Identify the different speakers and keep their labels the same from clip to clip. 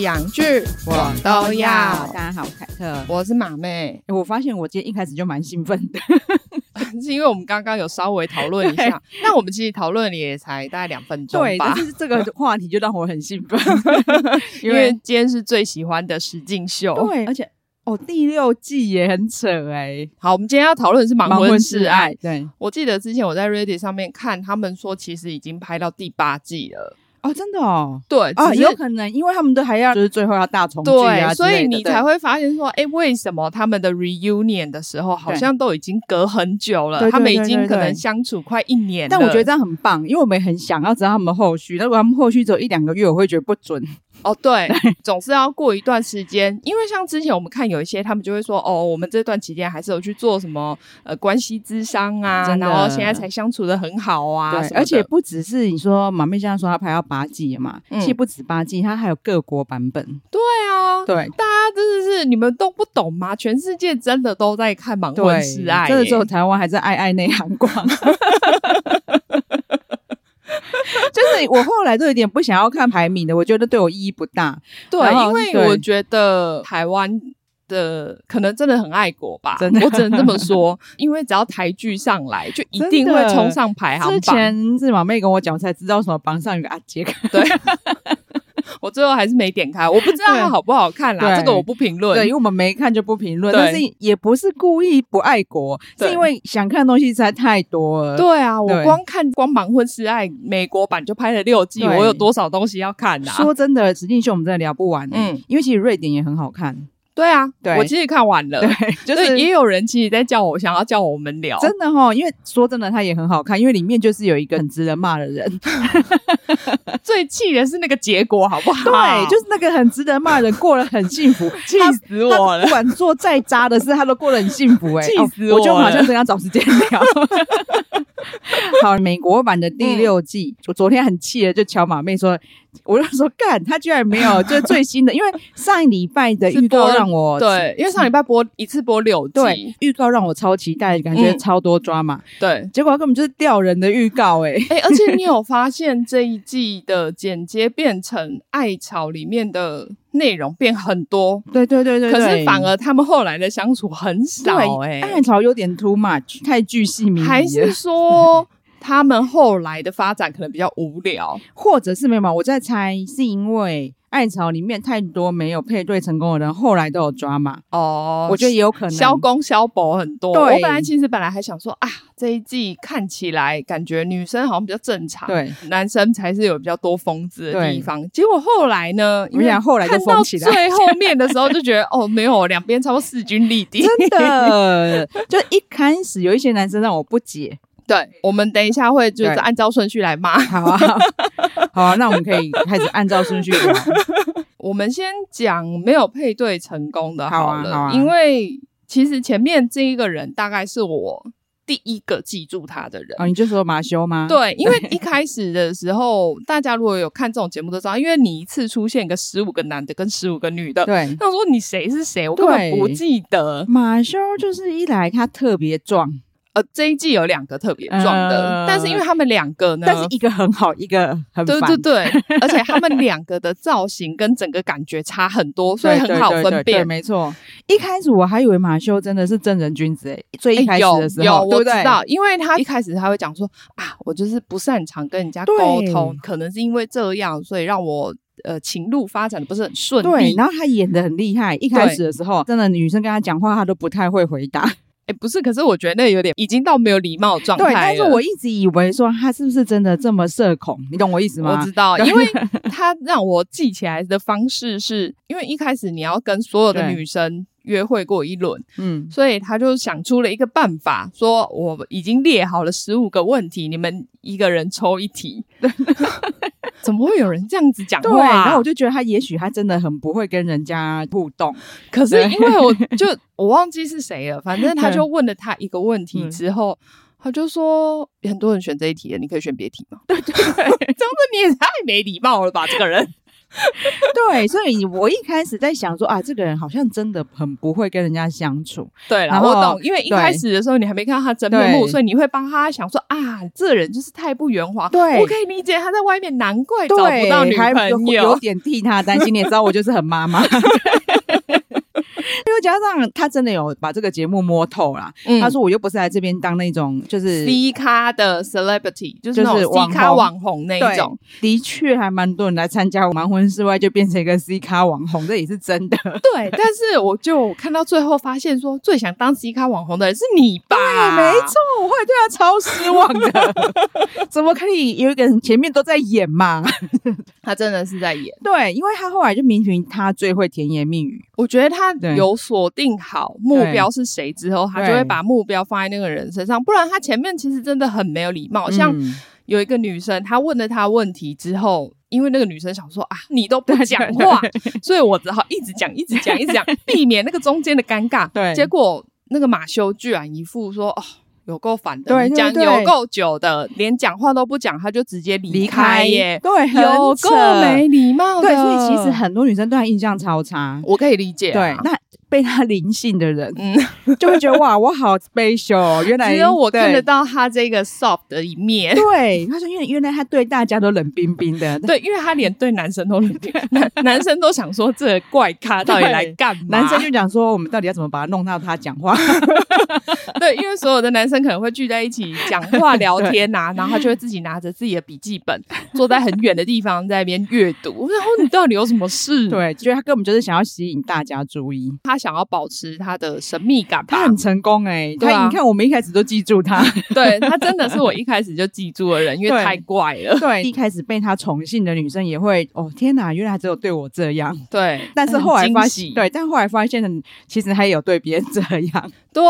Speaker 1: 洋剧我都
Speaker 2: 大
Speaker 1: 要。
Speaker 2: 家好，我凯特。
Speaker 1: 我是马妹，
Speaker 2: 诶我发现我今天一开始就蛮兴奋的，
Speaker 1: 是因为我们刚刚有稍微讨论 一下，那我们其实讨论也才大概两分钟
Speaker 2: 对，
Speaker 1: 吧
Speaker 2: 但，是这个话题就让我很兴 奋，
Speaker 1: 因为今天是最喜欢的实境秀。
Speaker 2: 对，而且哦，第六季也很扯哎，
Speaker 1: 好，我们今天要讨论的是盲婚试爱。，
Speaker 2: 对，
Speaker 1: 我记得之前我在 Reddit 上面看，他们说其实已经拍到第八季了，
Speaker 2: 哦，真的哦，
Speaker 1: 对，
Speaker 2: 啊，
Speaker 1: 只是
Speaker 2: 有可能，因为他们都还要就是最后要大重聚啊
Speaker 1: 对，
Speaker 2: 之类
Speaker 1: 所
Speaker 2: 的，
Speaker 1: 以你
Speaker 2: 对
Speaker 1: 才会发现说，哎、为什么他们的 reunion 的时候好像都已经隔很久了，
Speaker 2: 对对
Speaker 1: 他们已经
Speaker 2: 对对
Speaker 1: 可能
Speaker 2: 对
Speaker 1: 相处快一年了。
Speaker 2: 但我觉得这样很棒，因为我们也很想要知道他们后续。但如果他们后续只有一两个月，我会觉得不准。
Speaker 1: 哦， 对，总是要过一段时间，因为像之前我们看有一些，他们就会说，哦，我们这段期间还是有去做什么呃关系咨商啊，
Speaker 2: 真的
Speaker 1: 然后现在才相处的很好啊什么的，
Speaker 2: 而且不只是你说马妹现在说她拍到八季了嘛，
Speaker 1: 嗯
Speaker 2: 其实不止八季，它还有各国版本。
Speaker 1: 对啊，
Speaker 2: 对
Speaker 1: 大家真的是你们都不懂吗？全世界真的都在看盲婚试爱、
Speaker 2: 真的
Speaker 1: 欸
Speaker 2: 只有台湾还在爱爱内涵光。 就是我后来都有点不想要看排名的，我觉得对我意义不大。然
Speaker 1: 对，
Speaker 2: 后
Speaker 1: 因为
Speaker 2: 对
Speaker 1: 我觉得台湾的可能真的很爱国吧，
Speaker 2: 真的
Speaker 1: 我只能这么说。因为只要台剧上来，就一定会冲上排行
Speaker 2: 之
Speaker 1: 榜。
Speaker 2: 前是马妹跟我讲，我才知道什么榜上有个阿杰克。
Speaker 1: 我最后还是没点开，我不知道它
Speaker 2: 对
Speaker 1: 好不好看啦，
Speaker 2: 对
Speaker 1: 这个我不评
Speaker 2: 对，
Speaker 1: 论
Speaker 2: 因。为我们没看就不评论，
Speaker 1: 对
Speaker 2: 但是也不是故意不爱国，
Speaker 1: 对
Speaker 2: 是因为想看的东西实在太多了。
Speaker 1: 对啊，我
Speaker 2: 对
Speaker 1: 光看《光芒婚是爱》美国版就拍了六季，
Speaker 2: 对
Speaker 1: 我有多少东西要看啊？
Speaker 2: 说真的，实境秀我们真的聊不完、
Speaker 1: 嗯
Speaker 2: 嗯，因为其实瑞典也很好看，
Speaker 1: 对啊，
Speaker 2: 对
Speaker 1: 我其实看完 了，
Speaker 2: 对，就
Speaker 1: 对
Speaker 2: 是
Speaker 1: 也有人其实在叫我，想要叫我们聊，
Speaker 2: 真的哈、因为说真的，它也很好看，因为里面就是有一个很值得骂的人，
Speaker 1: 最气人是那个结果，好不好？
Speaker 2: 对，就是那个很值得骂的人过得很幸福，
Speaker 1: 气死
Speaker 2: 他
Speaker 1: 我了
Speaker 2: 不。管做再渣的事，他都过得很幸福、哎，
Speaker 1: 气
Speaker 2: 哦
Speaker 1: 死我
Speaker 2: 我就好
Speaker 1: 了
Speaker 2: 像真的要找时间 聊。好，美国版的第六
Speaker 1: 嗯
Speaker 2: 季，我昨天很气的就敲马妹说，我就说干，他居然没有就是最新的，因为上一礼拜的
Speaker 1: 是
Speaker 2: 预告
Speaker 1: 播
Speaker 2: 让我
Speaker 1: 对，因为上礼拜播一次播六季，
Speaker 2: 对预告让我超期待，感觉
Speaker 1: 嗯
Speaker 2: 超多抓嘛，
Speaker 1: 对。
Speaker 2: 结果它根本就是吊人的预告、 哎。
Speaker 1: 哎、而且你有发现这一季的剪接变成爱巢里面的内容变很多，
Speaker 2: 对对对对
Speaker 1: 可
Speaker 2: 对，
Speaker 1: 是反而他们后来的相处很少、
Speaker 2: 对，
Speaker 1: 哎
Speaker 2: 暗，潮有点 too much，太巨细靡遗了，
Speaker 1: 还是说他们后来的发展可能比较无聊？
Speaker 2: 或者是没有嘛？我在猜，是因为爱巢里面太多没有配对成功的人，后来都有抓嘛？
Speaker 1: 哦
Speaker 2: 我觉得也有可能。
Speaker 1: 消工消薄很多。
Speaker 2: 对
Speaker 1: 我本来其实本来还想说啊，这一季看起来感觉女生好像比较正常，
Speaker 2: 对
Speaker 1: 男生才是有比较多疯子的
Speaker 2: 对
Speaker 1: 地方。结果后来呢，
Speaker 2: 我跟你讲后来就
Speaker 1: 看到
Speaker 2: 疯起来
Speaker 1: 最后面的时候就觉得哦，没有，两边差不多势均力 敌。
Speaker 2: 真的，就一开始有一些男生让我不解。
Speaker 1: 对，我们等一下会就是
Speaker 2: 对
Speaker 1: 按照顺序来骂。
Speaker 2: 好啊， 好啊，那我们可以开始按照顺序 聊。
Speaker 1: 我们先讲没有配对成功的
Speaker 2: 好啊
Speaker 1: 了，
Speaker 2: 好啊
Speaker 1: 因为其实前面这一个人大概是我第一个记住他的人。
Speaker 2: 哦，你就说马修吗？，
Speaker 1: 对，因为一开始的时候，大家如果有看这种节目都知道，因为你一次出现个十五个男的跟十五个女的，
Speaker 2: 对，
Speaker 1: 那我说你谁是谁，我根本不记得。
Speaker 2: 马修就是一来他特别壮，
Speaker 1: 呃，这一季有两个特别壮的，
Speaker 2: 呃
Speaker 1: 但是因为他们两个呢，
Speaker 2: 但是一个很好，一个很
Speaker 1: 对
Speaker 2: 烦。
Speaker 1: 对对，而且他们两个的造型跟整个感觉差很多，所以
Speaker 2: 对
Speaker 1: 很好
Speaker 2: 对对
Speaker 1: 分
Speaker 2: 对
Speaker 1: 辨。
Speaker 2: 没错，一开始我还以为马修真的是正人君子诶，最一
Speaker 1: 哎
Speaker 2: 开始
Speaker 1: 有
Speaker 2: 的时
Speaker 1: 有，
Speaker 2: 候，对
Speaker 1: 我
Speaker 2: 不
Speaker 1: 知
Speaker 2: 对
Speaker 1: 道，因为他一开始他会讲说啊，我就是不擅长跟人家
Speaker 2: 对
Speaker 1: 沟通，可能是因为这样，所以让我呃情路发展的不是很顺利。
Speaker 2: 对，然后他演的很厉害，一开始的时候，真的女生跟他讲话，他都不太会回答。
Speaker 1: 哎、不是，可是我觉得那有点已经到没有礼貌的状态
Speaker 2: 对，
Speaker 1: 了。
Speaker 2: 但是我一直以为说他是不是真的这么社恐，你懂我意思
Speaker 1: 我
Speaker 2: 吗
Speaker 1: 知？道，因为他让我记起来的方式是，因为一开始你要跟所有的
Speaker 2: 对
Speaker 1: 女生约会过一轮，
Speaker 2: 嗯，
Speaker 1: 所以他就想出了一个办法，说我已经列好了十五个问题，你们一个人抽一题。 怎么会有人这样子讲
Speaker 2: 对。
Speaker 1: 话、
Speaker 2: 然后我就觉得他也许他真的很不会跟人家互动，
Speaker 1: 可是
Speaker 2: 对
Speaker 1: 因为我就我忘记是谁了，反正他就问了他一个问题之后，他就说很 多人选这一题的，你可以选别题嘛。对对这样子你也太没礼貌了吧，这个人。
Speaker 2: 对，所以我一开始在想说啊，这个人好像真的很不会跟人家相处。
Speaker 1: 对啦，
Speaker 2: 然后
Speaker 1: 我懂，因为一
Speaker 2: 对
Speaker 1: 开始的时候你还没看到他真面目，
Speaker 2: 对
Speaker 1: 所以你会帮他想说啊，这人就是太不圆滑。
Speaker 2: 对
Speaker 1: 我可以理解他在外面难怪找
Speaker 2: 对，
Speaker 1: 不到女
Speaker 2: 还
Speaker 1: 朋
Speaker 2: 有有
Speaker 1: 友。
Speaker 2: 点替他担心。你也知道，我就是很妈 妈。因为加上他真的有把这个节目摸透啦，
Speaker 1: 嗯
Speaker 2: 他说我又不是来这边当那种就是，
Speaker 1: C 咖的 celebrity 就是那
Speaker 2: 就是
Speaker 1: 种
Speaker 2: 网
Speaker 1: C 咖
Speaker 2: 红
Speaker 1: 网红那一种。
Speaker 2: 的确还蛮多人来参加盲婚试外就变成一个 C 咖网红，这也是真 的。
Speaker 1: 对，但是我就看到最后发现说，最想当 C 咖网红的人是你吧？
Speaker 2: 对， 没错，我后来对他超失望的， 怎么可以有一个人前面都在演嘛？
Speaker 1: 他真的是在演。
Speaker 2: 对，因为他后来就明明他最会甜言蜜语，
Speaker 1: 我觉得他
Speaker 2: 对
Speaker 1: 有锁定好目标是谁之后，他就
Speaker 2: 对
Speaker 1: 会把目标放在那个人身上，不然他前面其实真的很没有礼貌。像
Speaker 2: 嗯
Speaker 1: 有一个女生，她问了他问题之后，因为那个女生想说啊，你都不讲 话，所以我只好一直讲，一直讲，一直讲，避免那个中间的尴尬。
Speaker 2: 对
Speaker 1: 结果那个马修居然一副说哦。有够烦的，
Speaker 2: 对
Speaker 1: 你讲
Speaker 2: 对对
Speaker 1: 有够久的，连讲话都不讲，他就直接
Speaker 2: 离
Speaker 1: 开
Speaker 2: 开
Speaker 1: 耶，
Speaker 2: 对，很
Speaker 1: 有够
Speaker 2: 扯
Speaker 1: 没礼貌的。
Speaker 2: 对，所以其实很多女生对他印象超差。
Speaker 1: 我可以理解、啊
Speaker 2: 对，，那被他灵性的人
Speaker 1: 嗯，
Speaker 2: 就会觉得哇，我好 special，哦原来
Speaker 1: 只有我看得
Speaker 2: 对。
Speaker 1: 到他这个 soft 的一面。
Speaker 2: 对，他说因为原来他对大家都冷冰冰的，
Speaker 1: 对，因为他连对男生都冷冰，男男生都想说这怪咖到底来干嘛？
Speaker 2: 男生就讲说我们到底要怎么把他弄到他讲 话？
Speaker 1: 对，因为所有的男生可能会聚在一起讲 话聊天呐、然后他就会自己拿着自己的笔记本，坐在很远的地方在那边阅读。然后你到底有什么 事？，
Speaker 2: 对，觉得他根本就是想要吸引大家注意。
Speaker 1: 他想要保持他的神秘感
Speaker 2: 他
Speaker 1: 吧
Speaker 2: 很？成功哎、
Speaker 1: 对啊
Speaker 2: 他你看我们一开始都记住他，
Speaker 1: 对他真的是我一开始就记住的人，因为
Speaker 2: 对
Speaker 1: 太怪了。
Speaker 2: 对，一开始被他宠幸的女生也会哦天哪，原来只有对我这样。
Speaker 1: 对，
Speaker 2: 但是后来
Speaker 1: 很惊
Speaker 2: 发
Speaker 1: 喜
Speaker 2: 现，对，但后来发现其实他也有对别人这 样，
Speaker 1: 对，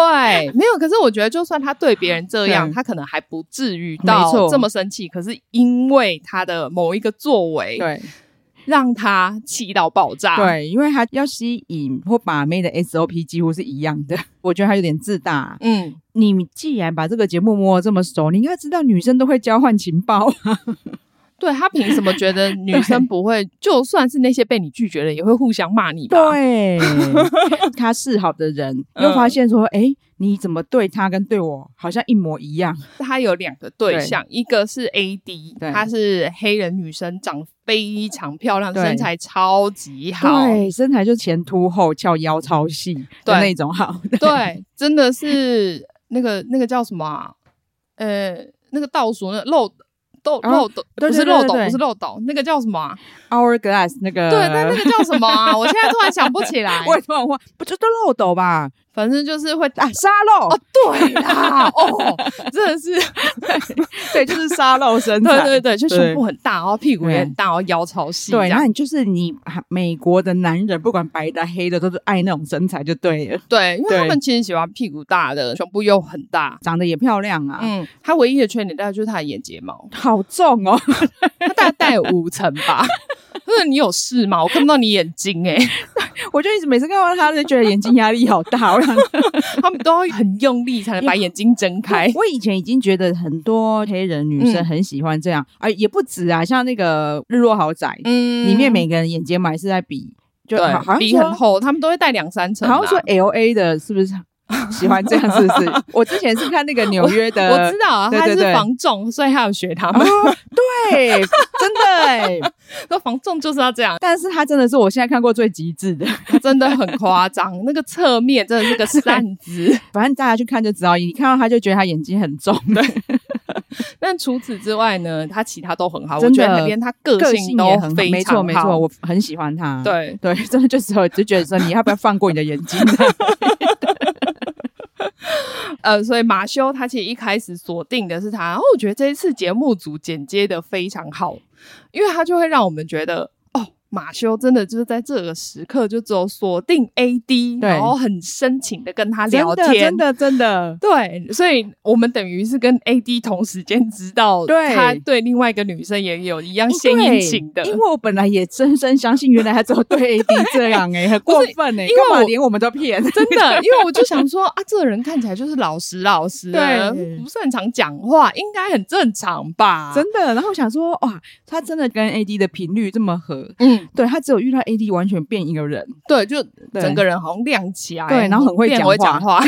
Speaker 1: 没有。可是我觉得，就算他对别人这样，
Speaker 2: 对
Speaker 1: 他可能还不至于
Speaker 2: 没
Speaker 1: 到
Speaker 2: 错
Speaker 1: 这么生气。可是因为他的某一个作为，
Speaker 2: 对。
Speaker 1: 让他气到爆炸。，
Speaker 2: 对，因为他要吸引或把妹的 SOP 几乎是一样的，我觉得他有点自大。
Speaker 1: 嗯，
Speaker 2: 你既然把这个节目摸得这么熟，你应该知道女生都会交换情 报。
Speaker 1: 对他凭什么 觉得女生不会？就算是那些被你拒绝的，也会互相骂你吧？
Speaker 2: 对，他示好的人又发现说，哎、你怎么对他跟对我好像一模一样？
Speaker 1: 他有两个对象，一个是 AD，
Speaker 2: 对
Speaker 1: 她是黑人女生，长非常漂亮，
Speaker 2: 对
Speaker 1: 身材超级好，
Speaker 2: 对，身材就前凸后翘，腰超细
Speaker 1: 对
Speaker 2: 的那种好。
Speaker 1: 对，真的是那个那个叫什么、啊？呃，那个倒数那个漏斗
Speaker 2: 啊
Speaker 1: 漏斗，
Speaker 2: 对
Speaker 1: 不是
Speaker 2: 对对
Speaker 1: 漏
Speaker 2: 对
Speaker 1: 斗，
Speaker 2: 对
Speaker 1: 不是漏斗，那个叫什么、啊？
Speaker 2: Hourglass 那个，。
Speaker 1: 对，但那个叫什么啊？我现在突然想不起来
Speaker 2: 我也突然忘，不就都漏斗吧？
Speaker 1: 反正就是会
Speaker 2: 啊，沙漏，
Speaker 1: 哦，对啦，哦，真的是，
Speaker 2: 对，就是沙漏身
Speaker 1: 对
Speaker 2: 材。
Speaker 1: 对对，就胸
Speaker 2: 对嗯
Speaker 1: 部很大，然后屁股也很大，然后腰超细，这
Speaker 2: 对，
Speaker 1: 样
Speaker 2: 那你就是你美国的男人，不管白的黑的，都是爱那种身材就对了，
Speaker 1: 对，因为
Speaker 2: 对
Speaker 1: 他们其实喜欢屁股大的，胸部又很大。
Speaker 2: 长得也漂亮啊，
Speaker 1: 嗯，他唯一的缺点大概就是他的眼睫毛，
Speaker 2: 好重哦。
Speaker 1: 他大概有五层 吧。他说你有事吗？我看不到你眼睛哎、
Speaker 2: 我就一直每次看到他，就觉得眼睛压力好大。 我想，。
Speaker 1: 他们都要很用力才能把眼睛睁开
Speaker 2: 我以前已经觉得很多黑人女生
Speaker 1: 嗯
Speaker 2: 很喜欢这样，啊、也不止啊，像那个《日落豪宅》
Speaker 1: 嗯
Speaker 2: 里面每个人眼睫毛也是在比，就好好
Speaker 1: 对
Speaker 2: 像
Speaker 1: 鼻
Speaker 2: 说
Speaker 1: 很厚，他们都会戴两三层、啊。
Speaker 2: 好像说 L A 的是不是喜欢这样？是不是？ 我之前是看那个纽约的，
Speaker 1: 我知道啊，
Speaker 2: 呃对
Speaker 1: 他
Speaker 2: 对
Speaker 1: 是
Speaker 2: 对
Speaker 1: 防重，所以他有学他们。
Speaker 2: 哦， 对，真的哎、
Speaker 1: 说防重就是要这样，
Speaker 2: 但是他真的是我现在看过最极致的。
Speaker 1: 他真的很夸张，那个侧面真的是个扇子。
Speaker 2: 反正大家去看就知道，你看到他就觉得他眼睛很重，对，
Speaker 1: 但除此之外呢，他其他都很好，我
Speaker 2: 真的
Speaker 1: 觉得连他个
Speaker 2: 个
Speaker 1: 性
Speaker 2: 性
Speaker 1: 都
Speaker 2: 也很好
Speaker 1: 非
Speaker 2: 没
Speaker 1: 常
Speaker 2: 错
Speaker 1: 好。
Speaker 2: 没错，我很喜欢他。
Speaker 1: 对。
Speaker 2: 对，真的就是哦我就觉得说，你要不要放过你的眼睛？
Speaker 1: 呃，所以马修他其实一开始锁定的是他，然后我觉得这一次节目组剪接的非常好，因为他就会让我们觉得哦，马修真的就是在这个时刻就只有锁定 AD，
Speaker 2: 对
Speaker 1: 然后很深情的跟 他
Speaker 2: 真
Speaker 1: 聊
Speaker 2: 的，
Speaker 1: 天
Speaker 2: 真。的，真的。
Speaker 1: 对，所以我们等于是跟 AD 同时间知道，
Speaker 2: 对
Speaker 1: 他对另外一个女生也有一样献殷勤的
Speaker 2: 哎对，因为我本来也深深相信，原来他只有 对 AD 这样哎、很过分哎、
Speaker 1: 因为
Speaker 2: 干嘛
Speaker 1: 我
Speaker 2: 连我们都骗？
Speaker 1: 真的，因为我就想说啊，这个人看起来就是老实老实的，
Speaker 2: 对
Speaker 1: 不擅长讲话，应该很正常吧？
Speaker 2: 真的。然后我想说，哇，他真的跟 AD 的频率这么合，
Speaker 1: 嗯，嗯，
Speaker 2: 对他只有遇到 AD 完全变一个人，
Speaker 1: 对，就
Speaker 2: 对
Speaker 1: 整个人好像亮起来，
Speaker 2: 对然后很会
Speaker 1: 变
Speaker 2: 讲
Speaker 1: 会
Speaker 2: 话
Speaker 1: 讲话，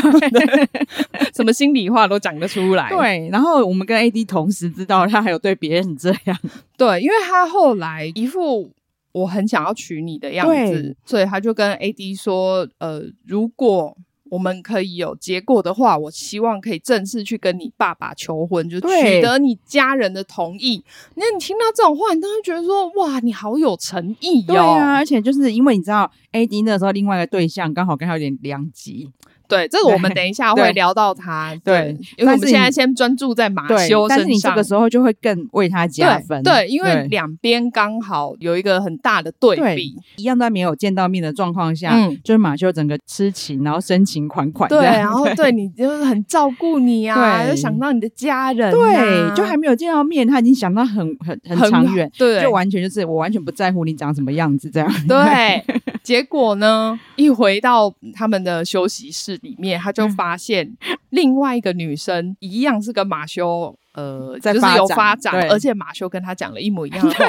Speaker 1: 什么心里话都讲得出来。
Speaker 2: 对。然后我们跟 AD 同时知道他还有对别人这 样，
Speaker 1: 对，因为他后来一副我很想要娶你的样子
Speaker 2: 对，
Speaker 1: 所以他就跟 AD 说，呃，如果我们可以有结果的话，我希望可以正式去跟你爸爸求婚，就
Speaker 2: 对
Speaker 1: 取得你家人的同意。那你听到这种话，你当然觉得说，哇，你好有诚意哦哟、
Speaker 2: 对啊，而且就是因为你知道 AD 那时候另外一个对象刚好跟他有点两极，
Speaker 1: 对，这个我们
Speaker 2: 对
Speaker 1: 等一下会
Speaker 2: 对
Speaker 1: 聊到他。
Speaker 2: 对
Speaker 1: 因为我
Speaker 2: 但
Speaker 1: 们
Speaker 2: 是
Speaker 1: 现
Speaker 2: 你
Speaker 1: 在先专注在马
Speaker 2: 对
Speaker 1: 修，身上。
Speaker 2: 但是你这个时候就会更为他加分，
Speaker 1: 对，对因为
Speaker 2: 对
Speaker 1: 两边刚好有一个很大的对
Speaker 2: 对
Speaker 1: 比。
Speaker 2: 一样在没有见到面的状况下，
Speaker 1: 嗯
Speaker 2: 就是马修整个痴情，然后深情款款
Speaker 1: 对，
Speaker 2: 这样
Speaker 1: 然后对你就是很照顾你啊，
Speaker 2: 对
Speaker 1: 又想到你的家人啊、
Speaker 2: 对，就还没有见到面，他已经想到很很很
Speaker 1: 很
Speaker 2: 长远，，
Speaker 1: 对，
Speaker 2: 就完全就是我完全不在乎你长什么样子这样。
Speaker 1: 对。结果呢，一回到他们的休息室里面，他
Speaker 2: 嗯
Speaker 1: 就发现另外一个女生一样是跟马修呃，
Speaker 2: 在
Speaker 1: 就是
Speaker 2: 发
Speaker 1: 有
Speaker 2: 展
Speaker 1: 发展，
Speaker 2: 对
Speaker 1: 而且马修跟他讲了一模一样的话。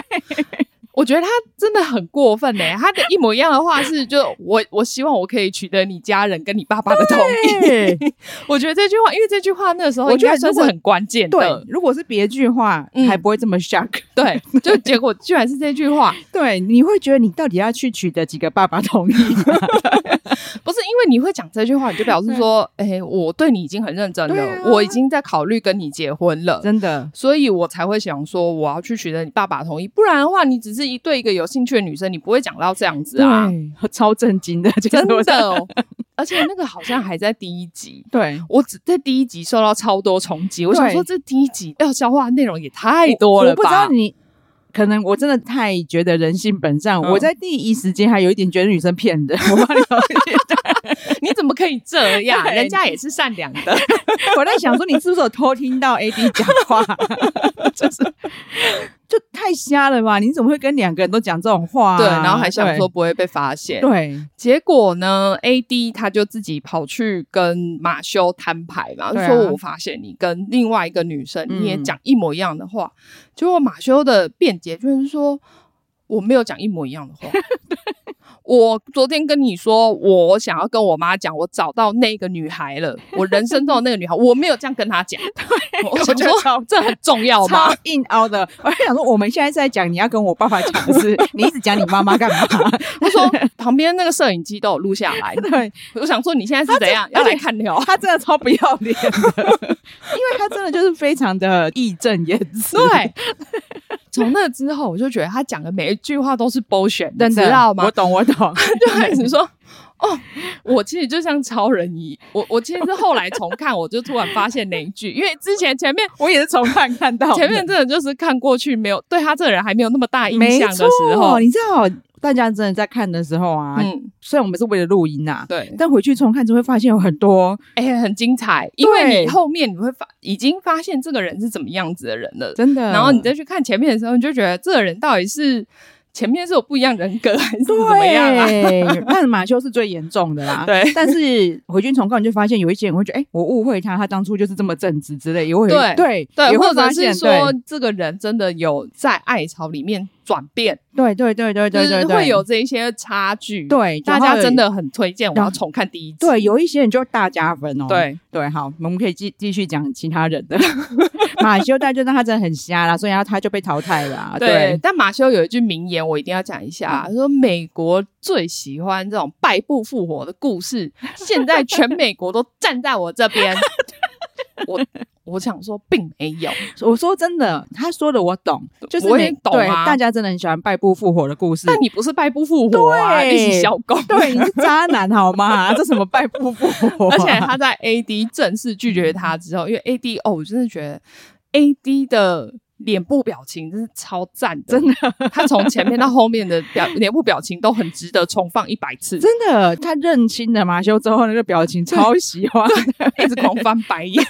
Speaker 1: 我觉得他真的很过分呢、他的一模一样的话是就我我希望我可以取得你家人跟你爸爸的同意。我觉得这句话，因为这句话那时候
Speaker 2: 我
Speaker 1: 应
Speaker 2: 觉得
Speaker 1: 该算是
Speaker 2: 如果
Speaker 1: 很关键 的。
Speaker 2: 对，如果是别句话，
Speaker 1: 嗯
Speaker 2: 还不会这么 shock。
Speaker 1: 对，就结果居然是这句话，
Speaker 2: 对，你会觉得你到底要去取得几个爸爸同意？
Speaker 1: 不是因为你会讲这句话，你就表示说，哎、我对你已经很认真了，
Speaker 2: 对啊
Speaker 1: 我已经在考虑跟你结婚了。
Speaker 2: 真的，
Speaker 1: 所以我才会想说，我要去取得你爸爸同意，不然的话，你只是一对一个有兴趣的女生，你不会讲到这样子啊，
Speaker 2: 对，超震惊的，其实
Speaker 1: 真
Speaker 2: 我
Speaker 1: 的哦。而且那个好像还在第一集，
Speaker 2: 对。
Speaker 1: 我只在第一集受到超多冲击，我想
Speaker 2: 对
Speaker 1: 说这第一集要消化的内容也太多了
Speaker 2: 我不知
Speaker 1: 吧
Speaker 2: 道？你，可能我真的太觉得人性本善，
Speaker 1: 嗯
Speaker 2: 我在第一时间还有一点觉得女生骗 人，我帮你搞一点
Speaker 1: 你怎么可以 这样？
Speaker 2: 对
Speaker 1: 人家也是善良 的，
Speaker 2: 我在想说你是不是有偷听到 AD 讲话， 就是就太瞎了吧？你怎么会跟两个人都讲这种话啊、
Speaker 1: 对，然后还想说不会被发现
Speaker 2: 对。对
Speaker 1: 结果呢，AD 他就自己跑去跟马修摊牌嘛，就
Speaker 2: 对啊
Speaker 1: 说我发现你跟另外一个女生
Speaker 2: 嗯
Speaker 1: 你也讲一模一样的话。结果马修的辩解就是说，我没有讲一模一样的 话。我昨天跟你说，我想要跟我妈讲，我找到那个女孩了，我人生中的那个 女孩，我没有这样跟她讲。我
Speaker 2: 我
Speaker 1: 想
Speaker 2: 觉得
Speaker 1: 说
Speaker 2: 超
Speaker 1: 这很重要吗
Speaker 2: 超？硬凹的。我在想说我们现在是在讲你要跟我爸爸讲的 是，你一直讲你妈妈干嘛？
Speaker 1: 他说旁边那个摄影机都有录下 来，
Speaker 2: 对，
Speaker 1: 我想说你现在是怎样
Speaker 2: 而
Speaker 1: 要
Speaker 2: 且
Speaker 1: 来看聊？
Speaker 2: 他真的超不要脸的，因为他真的就是非常的义正言辞。
Speaker 1: 对，从那之后我就觉得他讲的每一句话都是 bullshit，你
Speaker 2: 真的，
Speaker 1: 知道吗
Speaker 2: 我？懂，我懂。
Speaker 1: 就 开始说。哦，我其实就像超人一，我我其实是后来重看，我就突然发现那一句，因为之前前面
Speaker 2: 我也是从看看到
Speaker 1: 前面真的就是看过去没有对他这个人还没有那么大印
Speaker 2: 没
Speaker 1: 象
Speaker 2: 错
Speaker 1: 的时候，
Speaker 2: 你知道大家真的在看的时候啊，
Speaker 1: 嗯，
Speaker 2: 虽然我们是为了录音啊，
Speaker 1: 对，
Speaker 2: 但回去重看就会发现有很多
Speaker 1: 哎、很精彩，因为
Speaker 2: 对
Speaker 1: 你后面你会发已经发现这个人是怎么样子的人了，
Speaker 2: 真的。
Speaker 1: 然后你再去看前面的时候，你就觉得这个人到底是前面是有不一样人格还是怎么样啊？
Speaker 2: 对，但马修是最严重的啦。
Speaker 1: 对
Speaker 2: 但是回去重看，你就发现有一些人会觉得，哎、我误会他，他当初就是这么正直之类，也会有
Speaker 1: 对
Speaker 2: 对
Speaker 1: 对，
Speaker 2: 也
Speaker 1: 或
Speaker 2: 会
Speaker 1: 者
Speaker 2: 发
Speaker 1: 是
Speaker 2: 现
Speaker 1: 说这个人真的有在爱巢里面转变，
Speaker 2: 对对对对对对
Speaker 1: 就是
Speaker 2: 对，
Speaker 1: 会有这一些差距。，
Speaker 2: 对
Speaker 1: 大
Speaker 2: 然
Speaker 1: 家
Speaker 2: 后
Speaker 1: 真的很推荐我
Speaker 2: 然
Speaker 1: 要
Speaker 2: 后
Speaker 1: 重看第一集。
Speaker 2: 对，有一些人就大加分哦。
Speaker 1: 对
Speaker 2: 对，好，我们可以继继续讲其他人的马修，但就让他真的很瞎啦，所以他他就被淘汰了啊、嗯
Speaker 1: 对但马修有一句名言，我一定要讲一下，他说美国最喜欢这种败部复活的故事，现在全美国都站在我这 边。我我想说，并没有，
Speaker 2: 我说真的，他说的我懂，就是
Speaker 1: 我
Speaker 2: 每
Speaker 1: 也懂
Speaker 2: 对
Speaker 1: 啊
Speaker 2: 大家真的很喜欢败部复活的故事。
Speaker 1: 但你不是败部复活啊，
Speaker 2: 对
Speaker 1: 一起小狗。
Speaker 2: 对，你是渣男好吗？这什么败部复活啊、
Speaker 1: 而且他在 AD 正式拒绝他之后，因为 AD 哦，我真的觉得 AD 的脸部表情真是超赞的，真的。 他从前面到后面的表脸部表情都很值得重放一百次，
Speaker 2: 真的，他认清了马修之后，那个表情超喜欢。
Speaker 1: 一直狂翻白眼。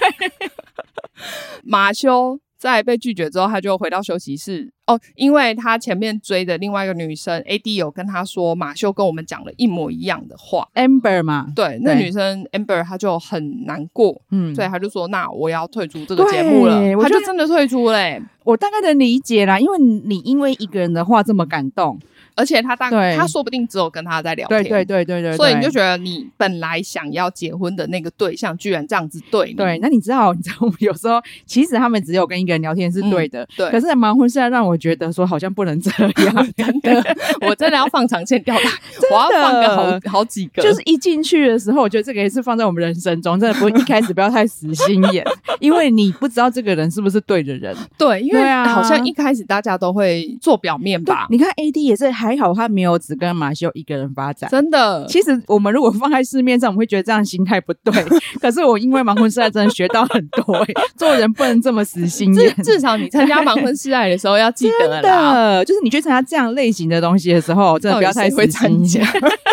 Speaker 1: 马修在被拒绝之后，他就回到休息室。哦，因为他前面追的另外一个女生 AD 有跟他说，马修跟我们讲了一模一样的话。
Speaker 2: Amber 嘛，
Speaker 1: 对，那
Speaker 2: 对
Speaker 1: 女生 Amber 她就很难过，
Speaker 2: 嗯，
Speaker 1: 所以他就说：“那我要退出这个节目了
Speaker 2: 对。”我
Speaker 1: 他
Speaker 2: 觉得
Speaker 1: 就真的退出嘞、欸
Speaker 2: 我大概能理解啦，因为你因为一个人的话这么感动，
Speaker 1: 而且他当
Speaker 2: 对
Speaker 1: 他说不定只有跟他在聊
Speaker 2: 对
Speaker 1: 天，
Speaker 2: 对对对对，
Speaker 1: 所以你就
Speaker 2: 对
Speaker 1: 觉得你本来想要结婚的那个对象，居然这样子对你，
Speaker 2: 对。那你知道，你 知道，我们有时候其实他们只有跟一个人聊天是
Speaker 1: 嗯
Speaker 2: 对的，
Speaker 1: 对
Speaker 2: 可是盲婚现在让我觉得说好像不能这 样，
Speaker 1: 真的，我真的要放长线钓 大鱼，我要放个好好几个，
Speaker 2: 就是一进去的时候，我觉得这个也是放在我们人生中，真的不一开始不要太死心眼，因为你不知道这个人是不是对的人。
Speaker 1: 对，因为
Speaker 2: 对啊
Speaker 1: 好像一开始大家都会做表面吧，
Speaker 2: 你看 AD 也是还好，他没有只跟马修一个人发展。
Speaker 1: 真的，
Speaker 2: 其实我们如果放在市面上，我们会觉得这样心态不对。 可是我因为盲婚时代真的学到很多、 欸，做人不能这么死心
Speaker 1: 至
Speaker 2: 眼。
Speaker 1: 至少你参加盲婚试爱的时候要记得
Speaker 2: 真
Speaker 1: 啦，
Speaker 2: 的，就是你去参加这样类型的东西的时候，真的不要太
Speaker 1: 到底谁会
Speaker 2: 死
Speaker 1: 参
Speaker 2: 心
Speaker 1: 加
Speaker 2: 眼。 说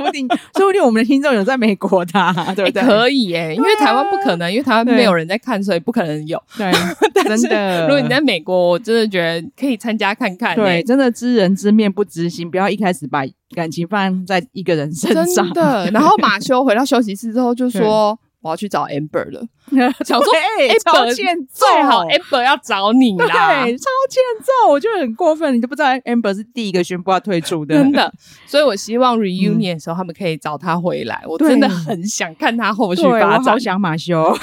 Speaker 2: 不定，说不定我们的听众有在美国的啊、 对不对？
Speaker 1: 欸可以耶、因为台湾不可能，因为台湾
Speaker 2: 对
Speaker 1: 没有人在看，所以不可能有。
Speaker 2: 对，
Speaker 1: 哎 但
Speaker 2: 真
Speaker 1: 是
Speaker 2: 的。
Speaker 1: 如果你在美国，我真的觉得可以参加看看、
Speaker 2: 对，
Speaker 1: 欸。
Speaker 2: 真的知人知面不知心，不要一开始把感情放在一个人身上
Speaker 1: 真。的。然后马修回到休息室之后就说：“我要去找 Amber 了。”想说
Speaker 2: 对哎
Speaker 1: Amber
Speaker 2: 超欠揍，
Speaker 1: 最好 Amber 要找你
Speaker 2: 哦对，
Speaker 1: 啦，
Speaker 2: 超欠揍，我觉得很过分。你都不知道 Amber 是第一个宣布要退出的，
Speaker 1: 真。的。所以我希望 reunion 的时候他们可以找他回来，我真的
Speaker 2: 嗯对
Speaker 1: 很想看他后续
Speaker 2: 对，
Speaker 1: 发
Speaker 2: 我
Speaker 1: 展
Speaker 2: 好。想马修。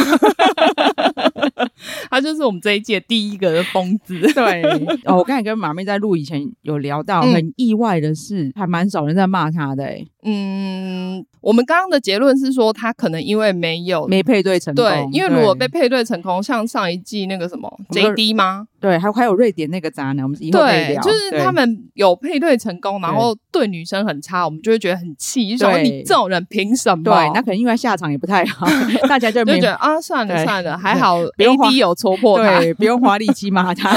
Speaker 1: 他就是我们这一届第一个的疯子。
Speaker 2: 对，哦，我刚才跟马妹在录以前有聊到，
Speaker 1: 嗯
Speaker 2: 很意外的是，还蛮少人在骂他的、欸，
Speaker 1: 嗯，我们刚刚的结论是说，他可能因为没有
Speaker 2: 没配对成功。
Speaker 1: 对，因为如果被
Speaker 2: 对
Speaker 1: 配对成功，像上一季那个什么
Speaker 2: 我们
Speaker 1: JD 吗？
Speaker 2: 对，还还有瑞典那个渣男，我们以后可以
Speaker 1: 对
Speaker 2: 聊。，
Speaker 1: 就是
Speaker 2: 对
Speaker 1: 他们有配对成功，然后对女生很差，我们就会觉得很气，就想说哦
Speaker 2: 对
Speaker 1: 你这种人凭什么？
Speaker 2: 对，那 可能因为下场也不太好，大家就
Speaker 1: 就
Speaker 2: 没
Speaker 1: 觉得啊，算了
Speaker 2: 对
Speaker 1: 算了，还好
Speaker 2: 不用花
Speaker 1: AD 有戳破他，
Speaker 2: 对，不用花力气骂 他。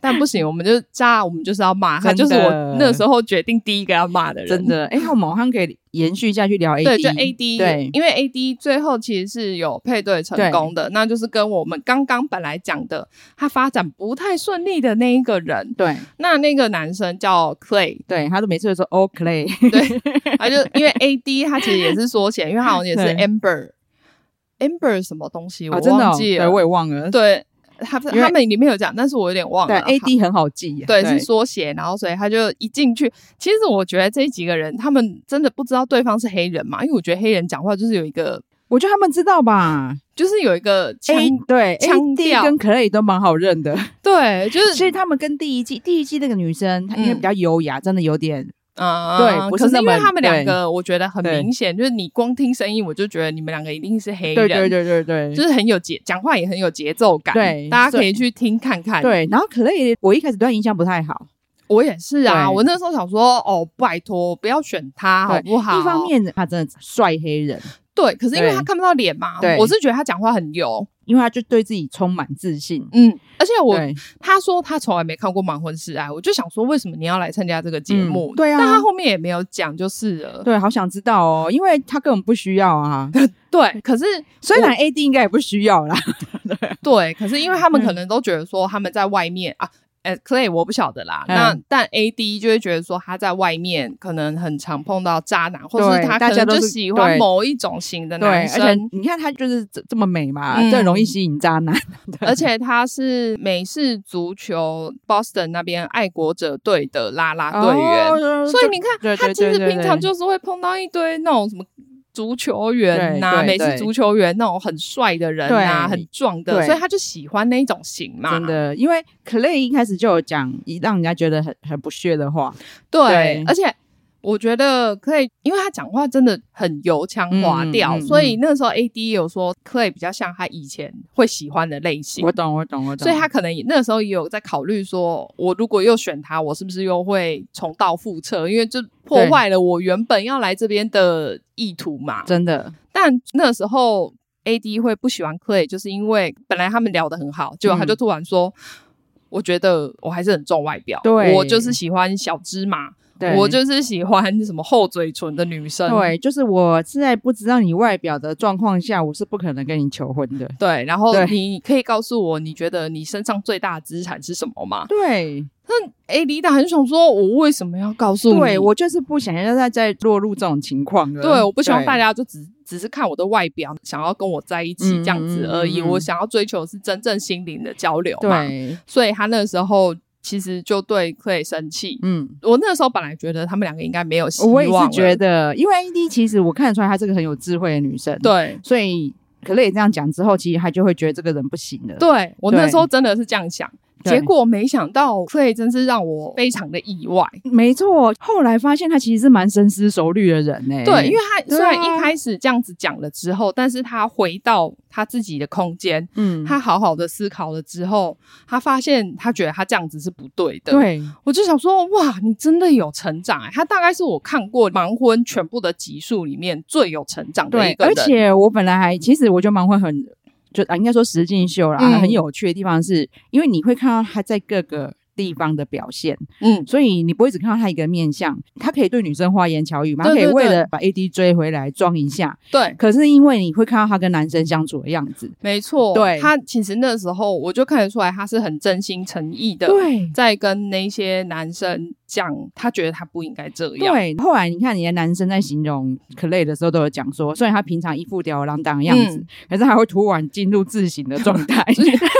Speaker 1: 但不行，我们就是渣，我们就是要骂他，
Speaker 2: 真
Speaker 1: 就是
Speaker 2: 的
Speaker 1: 我那时候决定第一个要骂的人，
Speaker 2: 真。的，哎、我们好像可以延续下去聊 AD，
Speaker 1: 对，就 AD，
Speaker 2: 对
Speaker 1: 因为 AD 最后其实是有配对成功的，那就是跟我们刚刚本来讲的他发展不太顺利的那一个人。
Speaker 2: 对
Speaker 1: 那那个男生叫 Clay，
Speaker 2: 对，他都每次都说 “Oh Clay”，
Speaker 1: 哎他就因为 A D 他其实也是缩写，因为他好像也是
Speaker 2: 对
Speaker 1: Amber Amber 什么东西，我
Speaker 2: 啊，真的、
Speaker 1: 忘
Speaker 2: 哦，
Speaker 1: 记
Speaker 2: 对，
Speaker 1: 了。
Speaker 2: 我也忘了。
Speaker 1: 对，他
Speaker 2: 因为
Speaker 1: 他们里面有讲，但是我有点忘了。
Speaker 2: A D 很好记，
Speaker 1: 对是缩写，然后所以他就一进去。其实我觉得这几个人他们真的不知道对方是黑人嘛，因为我觉得黑人讲话就是有一个，
Speaker 2: 我觉得他们知道吧
Speaker 1: 就是有一个腔，
Speaker 2: ？A 对
Speaker 1: 腔
Speaker 2: A D
Speaker 1: 调
Speaker 2: 跟 Clay 都蛮好认 的，
Speaker 1: 对，就是
Speaker 2: 其实他们跟第一季第一季那个女生，她因为
Speaker 1: 嗯
Speaker 2: 比较优雅，真的有点
Speaker 1: 啊，
Speaker 2: 对不
Speaker 1: 可
Speaker 2: 是
Speaker 1: 是
Speaker 2: 那
Speaker 1: 因为
Speaker 2: 么
Speaker 1: 他们两
Speaker 2: 对
Speaker 1: 个，我觉得很
Speaker 2: 对
Speaker 1: 明显，就是你光听声音，我就觉得你们两个一定是黑
Speaker 2: 对
Speaker 1: 人。
Speaker 2: 对对对对，
Speaker 1: 就是很有节，讲话也很有节奏感。
Speaker 2: 对
Speaker 1: 大家可以去听看看。，
Speaker 2: 对。然后 Clay 我一开始对他印象不太好，
Speaker 1: 我也是啊。
Speaker 2: 对
Speaker 1: 我那时候想说，哦，拜托，不要选他好
Speaker 2: 对
Speaker 1: 不好？
Speaker 2: 一方，面他真的帅黑人，
Speaker 1: 对，可是因为他
Speaker 2: 对
Speaker 1: 看不到脸嘛
Speaker 2: 对，
Speaker 1: 我是觉得他讲话很油。
Speaker 2: 因为他就对自己充满自信。
Speaker 1: 嗯，而且我
Speaker 2: 对
Speaker 1: 他说他从来没看过《盲婚试爱》，啊我就想说，为什么你要来参加这个节目？
Speaker 2: 嗯对啊
Speaker 1: 但他后面也没有讲，就是了。
Speaker 2: 对，好想知道哦，因为他根本不需要啊。
Speaker 1: 对，可是
Speaker 2: 虽然 AD 应该也不需要啦，
Speaker 1: 对，可是因为他
Speaker 2: 嗯
Speaker 1: 们可能都觉得说他们在外面啊。呃 Clay 我不晓得啦，
Speaker 2: 嗯
Speaker 1: 那但 AD 就会觉得说他在外面可能很常碰到渣男，或是
Speaker 2: 对
Speaker 1: 他
Speaker 2: 大
Speaker 1: 可
Speaker 2: 家都
Speaker 1: 能就是喜欢
Speaker 2: 对
Speaker 1: 某一种型的
Speaker 2: 对，
Speaker 1: 男
Speaker 2: 而且
Speaker 1: 生，
Speaker 2: 你看他就是这这么美嘛，
Speaker 1: 嗯
Speaker 2: 这很容易吸引渣男。
Speaker 1: 而且他是美式足球 Boston 那边爱国者队的啦啦队员，
Speaker 2: 哦
Speaker 1: 所以你看
Speaker 2: 对对
Speaker 1: 他其
Speaker 2: 对
Speaker 1: 实
Speaker 2: 对
Speaker 1: 平常
Speaker 2: 对
Speaker 1: 就是会碰到一堆那种什么。足球员呐、
Speaker 2: 对
Speaker 1: 美
Speaker 2: 对
Speaker 1: 式
Speaker 2: 对
Speaker 1: 足球员那种很帅的人呐、
Speaker 2: 对
Speaker 1: 很壮的，
Speaker 2: 对
Speaker 1: 所以他就喜欢那一种型嘛。
Speaker 2: 真的，因为 Clay 一开始就有讲一让人家觉得很很不屑的话，
Speaker 1: 对
Speaker 2: 对，
Speaker 1: 而且我觉得可以，因为他讲话真的很油腔滑调，
Speaker 2: 嗯嗯嗯
Speaker 1: 所以那时候 A D 有说 Clay 比较像他以前会喜欢的类型
Speaker 2: 我，懂，我懂，我懂。
Speaker 1: 所以他可能也那时候也有在考虑说，我如果又选他，我是不是又会重蹈覆辙？因为就破坏了我原本要来这边的意图嘛。
Speaker 2: 真的，
Speaker 1: 但那时候 A D 会不喜欢 Clay，就是因为本来他们聊得很好，
Speaker 2: 嗯
Speaker 1: 结果他就突然说。我觉得我还是很重外表，
Speaker 2: 对
Speaker 1: 我就是喜欢小芝麻，
Speaker 2: 对
Speaker 1: 我就是喜欢什么厚嘴唇的女生。
Speaker 2: 对，就是我是在不知道你外表的状况下，我是不可能跟你求婚的。
Speaker 1: 对，然后
Speaker 2: 对
Speaker 1: 你可以告诉我，你觉得你身上最大的资产是什么吗？
Speaker 2: 对，
Speaker 1: 哎，李达很想说，我为什么要告诉你？
Speaker 2: 对我就是不想要再再落入这种情况了。
Speaker 1: 对，我不希望大
Speaker 2: 家
Speaker 1: 家就只只是看我的外表，想要跟我在一起
Speaker 2: 嗯
Speaker 1: 这样子而已。
Speaker 2: 嗯嗯嗯
Speaker 1: 我想要追求的是真正心灵的交流嘛。
Speaker 2: 对
Speaker 1: 所以他那时候其实就对 Clay 生气。
Speaker 2: 嗯，
Speaker 1: 我那时候本来觉得他们两个应该没有希望了，
Speaker 2: 我也是觉得，因为 AD 其实我看得出来她是个很有智慧的女生，，
Speaker 1: 对。
Speaker 2: 所以可乐也这样讲之后，其实她就会觉得这个人不行了。
Speaker 1: 对我那
Speaker 2: 对
Speaker 1: 时候真的是这样想，
Speaker 2: 对
Speaker 1: 结果没想到 Clay 真是让我非常的意外。
Speaker 2: 没错，后来发现她其实是蛮深思熟虑的人呢、
Speaker 1: 对，因为他
Speaker 2: 对啊
Speaker 1: 虽然一开始这样子讲了之后，但是他回到他自己的空间，
Speaker 2: 嗯，
Speaker 1: 他好好的思考了之后，他发现他觉得他这样子是不对的。，
Speaker 2: 对
Speaker 1: 我就想说，哇，你真的有成长、欸！他大概是我看过盲婚全部的集数里面最有成长的
Speaker 2: 对
Speaker 1: 一，个
Speaker 2: 而
Speaker 1: 人。
Speaker 2: 且我本来还其实我觉得蛮会很就啊，应该说实境秀啦，
Speaker 1: 嗯
Speaker 2: 很有趣的地方是，因为你会看到她在各个地方的表现，
Speaker 1: 嗯，
Speaker 2: 所以你不会只看到他一个面相，他可以对女生花言巧语嘛，他可
Speaker 1: 对
Speaker 2: 以
Speaker 1: 对
Speaker 2: 为
Speaker 1: 对
Speaker 2: 了把 AD 追回来装一下。
Speaker 1: 对，
Speaker 2: 可是因为你会看到他跟男生相处的样子，
Speaker 1: 没错，
Speaker 2: 对
Speaker 1: 他其实那时候我就看得出来，他是很真心诚意的，
Speaker 2: 对
Speaker 1: 在跟那些男生讲，他觉得他不应该这样。
Speaker 2: 对。后来你看，你的男生在形容 Clay 的时候都有讲说，虽然他平常一副吊儿郎当的样子，
Speaker 1: 嗯
Speaker 2: 可是他会突然进入自省的状 态，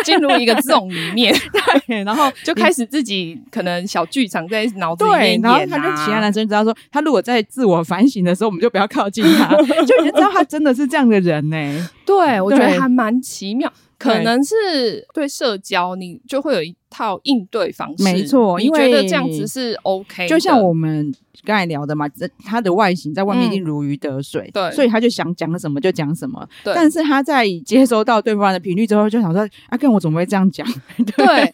Speaker 1: 进入一个这种里 面，
Speaker 2: 对，然后
Speaker 1: 就开始自己可能小剧场在脑子里面
Speaker 2: 对，
Speaker 1: 演、
Speaker 2: 然
Speaker 1: 啊、
Speaker 2: 后他跟其他男生知道说，他如果在自我反省的时候，我们就不要靠近他， 就你就知道他真的是这样的人 呢、
Speaker 1: 对，我觉
Speaker 2: 对
Speaker 1: 得还蛮奇妙，可
Speaker 2: 对
Speaker 1: 能是对社交你就会有一套应对方式，
Speaker 2: 没错
Speaker 1: 你
Speaker 2: 因
Speaker 1: 觉得
Speaker 2: 为
Speaker 1: 这样子是 OK，
Speaker 2: 就像
Speaker 1: 的嗯
Speaker 2: 我们刚才聊的嘛，这他的外形在外面一定如鱼得水，
Speaker 1: 对
Speaker 2: 所以他就想讲什么就讲什么。
Speaker 1: 对
Speaker 2: 但是他在接收到对方的频率之后，就想说：“啊，跟我怎么会这样讲？”
Speaker 1: 对，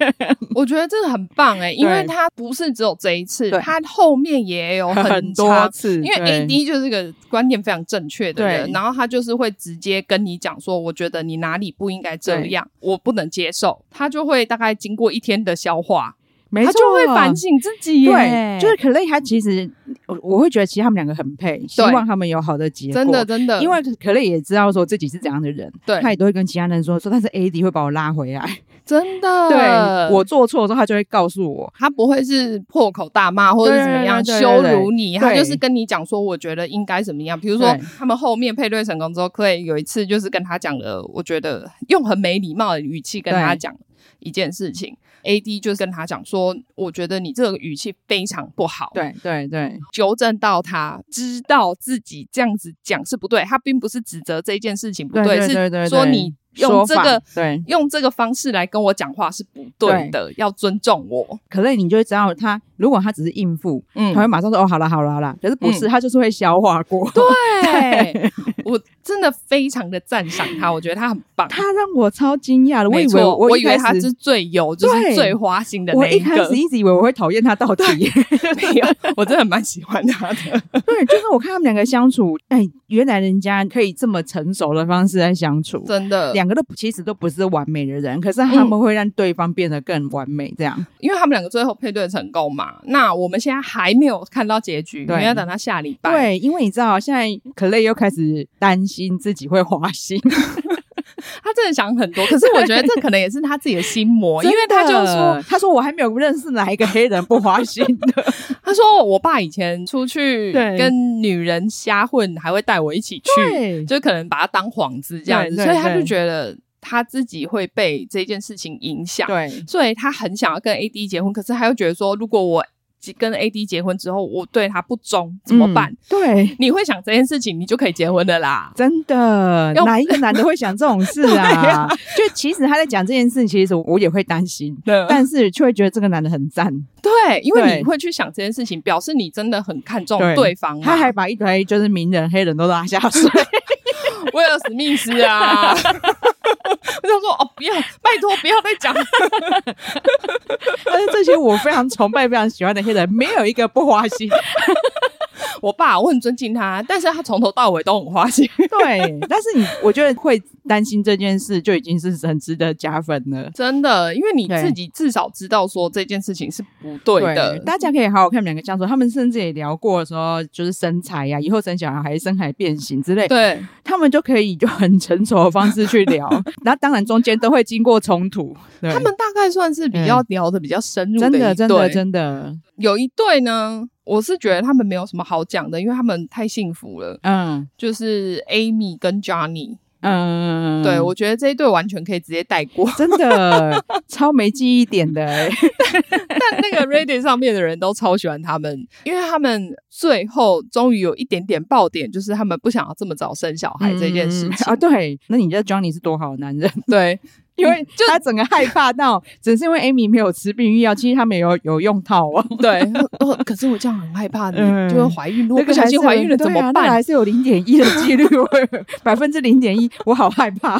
Speaker 1: 我觉得这个很棒哎、因为
Speaker 2: 对
Speaker 1: 他不是只有这一次
Speaker 2: 对，
Speaker 1: 他后面 也有哦很
Speaker 2: 多
Speaker 1: 长。
Speaker 2: 次，
Speaker 1: 因为
Speaker 2: 对
Speaker 1: AD 就是个观念非常正确的人
Speaker 2: 对，
Speaker 1: 然后他就是会直接跟你讲说，我觉得你哪里不应该这
Speaker 2: 对
Speaker 1: 样，我不能接受。他就会大概经过一天的消化，
Speaker 2: 没
Speaker 1: 他
Speaker 2: 错，
Speaker 1: 就会反。省自己耶。
Speaker 2: 对，就是可乐，他其实我我会觉得，其实他们两个很配，希望他们有好的结果。
Speaker 1: 真的，真的，
Speaker 2: 因为可乐也知道说自己是怎样的人，
Speaker 1: 对
Speaker 2: 他也都会跟其他人说说，但是 AD 会把我拉回来。
Speaker 1: 真的，呃
Speaker 2: 对我做错的时候，他就会告诉我。
Speaker 1: 他不会是破口大骂或者是怎么样
Speaker 2: 对对对
Speaker 1: 羞
Speaker 2: 对
Speaker 1: 辱你，
Speaker 2: 对
Speaker 1: 他就是跟你讲说，我觉得应该怎么样。比如说
Speaker 2: 对，
Speaker 1: 他们后面配对成功之后，Clay 有一次就是跟他讲了，我觉得用很没礼貌的语气跟他
Speaker 2: 对
Speaker 1: 讲一件事情，AD 就是跟他讲说，我觉得你这个语气非常不好。。
Speaker 2: 对对对，
Speaker 1: 纠正到他知道自己这样子讲是不对，他并不是指责这件事情不
Speaker 2: 对对对对
Speaker 1: 是说
Speaker 2: 对
Speaker 1: 你
Speaker 2: 说
Speaker 1: 用这
Speaker 2: 法
Speaker 1: 个
Speaker 2: 对
Speaker 1: 用这个方式来跟我讲话是不对的，要尊重我。
Speaker 2: 可乐，你就会知道他，如果他只是应付，
Speaker 1: 嗯
Speaker 2: 他会马上说哦，好啦好啦好啦。可是不是，他就是会消化过。对，
Speaker 1: 对，我真的非常的赞赏他，我觉得他很棒。
Speaker 2: 他让我超惊讶的，我
Speaker 1: 没
Speaker 2: 以为
Speaker 1: 错我
Speaker 2: 我一
Speaker 1: 以为
Speaker 2: 开
Speaker 1: 他
Speaker 2: 始
Speaker 1: 是最有，就是最花心的
Speaker 2: 我
Speaker 1: 那
Speaker 2: 一开
Speaker 1: 个
Speaker 2: 始。一直以为我会讨厌他到底。
Speaker 1: 没有，我真的蛮喜欢他的。
Speaker 2: 对，就是我看他们两个相处，哎，原来人家可以这么成熟的方式来相处。
Speaker 1: 真的，
Speaker 2: 两个都其实都不是完美的人，可是他们会让对方变得更完美，这样。
Speaker 1: 因为他们两个最后配对成功嘛，那我们现在还没有看到结局，我
Speaker 2: 对
Speaker 1: 们要等到下礼拜。，
Speaker 2: 对，因为你知道，现在可乐又开始担心自己会花 心，
Speaker 1: 他真的想很多，可是我觉得这可能也是他自己的心魔，因为他就
Speaker 2: 真的
Speaker 1: 说，，
Speaker 2: 他说我还没有认识哪一个黑人不花心的。
Speaker 1: 他说我爸以前出去
Speaker 2: 对
Speaker 1: 跟女人瞎混，还会带我一起去，
Speaker 2: 对
Speaker 1: 就可能把他当幌子这样子，
Speaker 2: 对对
Speaker 1: 所以他
Speaker 2: 对
Speaker 1: 就觉得他自己会被这件事情影响，
Speaker 2: 对
Speaker 1: 所以他很想要跟 AD 结婚，可是他又觉得说，如果我跟 AD 结婚之后，我对他不忠怎么办？
Speaker 2: 嗯对，
Speaker 1: 你会想这件事情，你就可以结婚的啦。
Speaker 2: 真的，
Speaker 1: 要
Speaker 2: 哪一个男的会想这种事 啊？就其实他在讲这件事，其实我也会担心，
Speaker 1: 对
Speaker 2: 但是却会觉得这个男的很赞。
Speaker 1: 对，因为
Speaker 2: 对
Speaker 1: 你会去想这件事情，表示你真的很看重
Speaker 2: 对
Speaker 1: 对方嘛。
Speaker 2: 他还把一堆就是名人黑人都拉下水，
Speaker 1: 威尔史密斯啊，我想说哦，不要，拜托不要再讲
Speaker 2: 但是这些我非常崇拜、非常喜欢的黑人，没有一个不花心。
Speaker 1: 我爸，我很尊敬他，但是他从头到尾都很花 心，
Speaker 2: 对，但是你我觉得会担心这件事，就已经是很值得加分了。
Speaker 1: 真的，因为你
Speaker 2: 对
Speaker 1: 自己至少知道说这件事情是不对的。
Speaker 2: 大家可以好好看两个相处。他们甚至也聊过说，就是身材呀、以后生小孩还是身材变形之类，
Speaker 1: 对
Speaker 2: 他们就可以就很成熟的方式去聊。 那当然中间都会经过冲突，对
Speaker 1: 他们大概算是比较聊的比较深入
Speaker 2: 真
Speaker 1: 嗯的一对，
Speaker 2: 的真的真的，
Speaker 1: 有一对呢，我是觉得他们没有什么好讲的，因为他们太幸福了，
Speaker 2: 嗯
Speaker 1: 就是 Amy 跟 Johnny。
Speaker 2: 嗯，，
Speaker 1: 对我觉得这一对完全可以直接带过
Speaker 2: 真的超没记忆点的、欸，
Speaker 1: 但那个 Reddit 上面的人都超喜欢他们，因为他们最后终于有一点点爆点，就是他们不想要这么早生小孩这件事
Speaker 2: 嗯
Speaker 1: 情。
Speaker 2: 啊。对，那你知道 Johnny 是多好的男人？
Speaker 1: 对，
Speaker 2: 因为
Speaker 1: 就
Speaker 2: 他整个害怕到，只是因为 Amy 没有吃避孕药，其实他们有有用套哦。
Speaker 1: 对， 哦，可是我这样很害怕，你
Speaker 2: 嗯
Speaker 1: 就会怀孕。如
Speaker 2: 那个
Speaker 1: 果不小心怀孕了怎
Speaker 2: 还是
Speaker 1: 么
Speaker 2: 有对啊那个
Speaker 1: 办？
Speaker 2: 还是有零点一的几率，百分之零点一，我好害怕。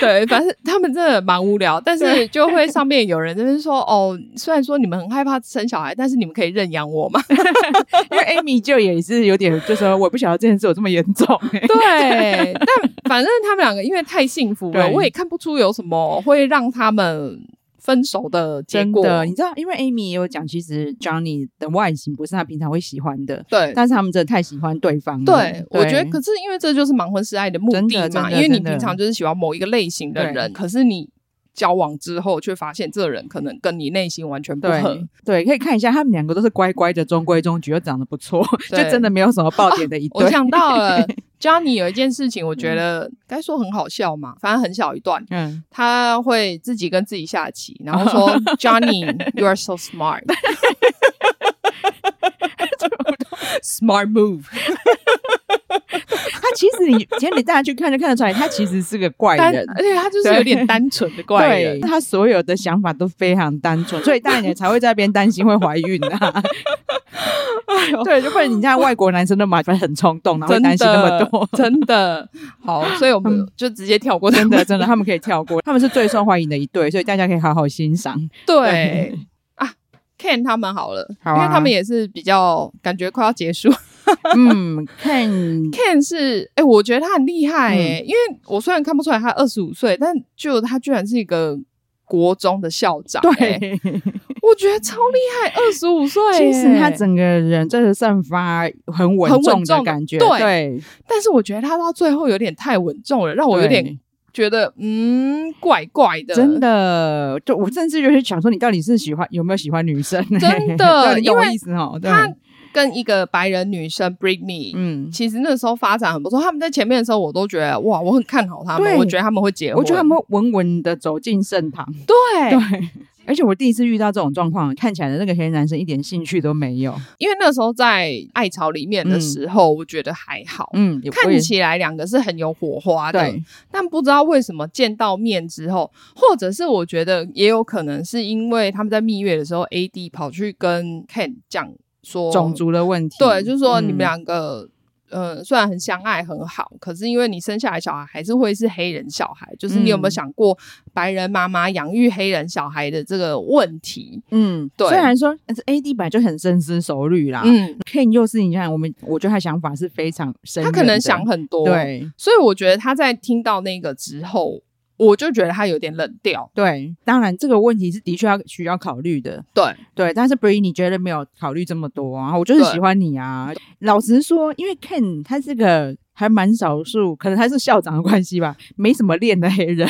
Speaker 1: 对，反 正他们真的蛮无聊，但是就会 上面有人就是说，哦，虽然说你们很害怕生小孩，但是你们可以认养我嘛？
Speaker 2: 因为 Amy 就也是有点，就说我不晓得这件事有这么严重、欸。
Speaker 1: 对，但反正他们两个因为太幸福了，
Speaker 2: 对
Speaker 1: 我也看不出有什么会让他们分手的 结
Speaker 2: 真
Speaker 1: 果。
Speaker 2: 的，你知道，因为 Amy 也有讲，其实 Johnny 的外形不是他平常会喜欢的，
Speaker 1: 对。
Speaker 2: 但是他们真的太喜欢嗯对方了。
Speaker 1: 对，我觉得，可是因为这就是盲婚试爱的目
Speaker 2: 真的
Speaker 1: 的
Speaker 2: 真
Speaker 1: 嘛，
Speaker 2: 的
Speaker 1: 因为你
Speaker 2: 真的
Speaker 1: 平常就是喜欢某一个类型的
Speaker 2: 对
Speaker 1: 人，可是你交往之后却发现这人可能跟你内心完全不合
Speaker 2: 对，对，可以看一下，他们两个都是乖乖的，中规中矩，又长得不错，就
Speaker 1: 对哦
Speaker 2: 真的没有什么爆点的一对。
Speaker 1: 我想到了 Johnny 有一件事情，我觉得该说很好笑嘛，反正很小一段，
Speaker 2: 嗯，
Speaker 1: 他会自己跟自己下棋，然后 说 Johnny，you are so smart 。Smart move，
Speaker 2: 他其实你其实你带他去看就看得出来，他其实是个怪
Speaker 1: 单
Speaker 2: 人，
Speaker 1: 而且他就是有点单纯的怪人
Speaker 2: 对，。他所有的想法都非常单 纯，所以大人才会在那边担心会怀孕啊。对，就不然你看外国男生都麻烦很冲动，然后会
Speaker 1: 真
Speaker 2: 担心那么
Speaker 1: 的
Speaker 2: 多，。嗯
Speaker 1: 真的好，所以我们就直接跳过他
Speaker 2: 真
Speaker 1: 们。
Speaker 2: 的，真的，他们可以跳过，他们是最受欢迎的一对，所以大家可以好好欣赏。
Speaker 1: 对啊，Ken 他们好了，
Speaker 2: 好啊
Speaker 1: 因为他们也是比较感觉快要结束
Speaker 2: 嗯，看
Speaker 1: Ken 是，哎、我觉得他很厉害
Speaker 2: 嗯
Speaker 1: 哎、因为我虽然看不出来他二十五岁，但就他居然是一个国中的校长、哎，
Speaker 2: 对，
Speaker 1: 我觉得超厉害，二十五 岁哎，
Speaker 2: 其实他整个人真的散发很稳
Speaker 1: 很稳
Speaker 2: 重
Speaker 1: 重
Speaker 2: 的感觉，
Speaker 1: 对
Speaker 2: 对，
Speaker 1: 但是我觉得他到最后有点太稳重了，让我有
Speaker 2: 对
Speaker 1: 点觉得嗯怪怪的，
Speaker 2: 真。的，就我甚至有些想说，你到底是喜欢有没有喜欢女生？
Speaker 1: 真 的
Speaker 2: 对你懂我
Speaker 1: 因为
Speaker 2: 意思哦。对，
Speaker 1: 他跟一个白人女生 Britney，、
Speaker 2: 嗯，
Speaker 1: 其实那时候发展很不错。他们在前面的时候，我都觉得哇，我很看好他们，
Speaker 2: 对
Speaker 1: 我觉得他们会结婚。
Speaker 2: 我觉得他们稳稳的走进盛唐，
Speaker 1: 对，
Speaker 2: 对。 而且我第一次遇到这种状况，看起来的那个黑人男生一点兴趣都没有。
Speaker 1: 因为那时候在爱巢里面的时候，我觉得还好。
Speaker 2: 嗯，也我
Speaker 1: 看
Speaker 2: 也
Speaker 1: 起来两个是很有火花的，
Speaker 2: 对，
Speaker 1: 但不知道为什么见到面之后，或者是我觉得也有可能是因为他们在蜜月的时候，AD 跑去跟 Ken 讲说
Speaker 2: 种，族的问题，
Speaker 1: 对，就是说你们
Speaker 2: 嗯
Speaker 1: 两个。呃，虽然很相爱很好，可是因为你生下来小孩还是会是黑人小孩，就是你有没有
Speaker 2: 嗯
Speaker 1: 想过白人妈妈养育黑人小孩的这个问题？
Speaker 2: 嗯，
Speaker 1: 对
Speaker 2: 虽然说但是 AD 本来就很深思熟虑啦、
Speaker 1: 嗯，
Speaker 2: k e n 又是你看，我们我觉得他想法是非常深
Speaker 1: 他
Speaker 2: 远的，
Speaker 1: 可能想很多，，
Speaker 2: 对
Speaker 1: 所以我觉得他在听到那个之后，我就觉得他有点冷掉。
Speaker 2: 对，当然这个问题是的确要需要考虑的，
Speaker 1: 对，
Speaker 2: 对，但是 Brie 你觉得没有考虑这么多啊？我就是
Speaker 1: 对
Speaker 2: 喜欢你啊。老实说，因为 Ken 他是个还蛮少数，可能他是校长的关系吧，没什么练的黑人。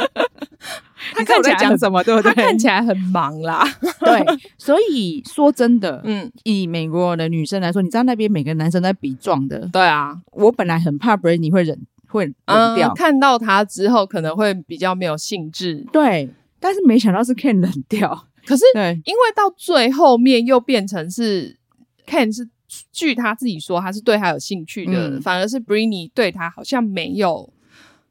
Speaker 1: 他
Speaker 2: 你知道
Speaker 1: 看
Speaker 2: 我
Speaker 1: 起
Speaker 2: 在
Speaker 1: 来
Speaker 2: 讲
Speaker 1: 很，
Speaker 2: 什么，对不
Speaker 1: 他
Speaker 2: 对？
Speaker 1: 看起来很忙啦。
Speaker 2: 对，所以说真的。
Speaker 1: 嗯，
Speaker 2: 以美国的女生来说，你知道那边每个男生都在比撞的。
Speaker 1: 对啊，
Speaker 2: 我本来很怕 b r a n y 会忍会忍掉，
Speaker 1: 嗯，看到他之后可能会比较没有兴致，
Speaker 2: 对，但是没想到是 Ken 忍掉。
Speaker 1: 可是
Speaker 2: 对，
Speaker 1: 因为到最后面又变成是 Ken 是据他自己说他是对他有兴趣的，
Speaker 2: 嗯
Speaker 1: 反而是 Britney 对他好像没有。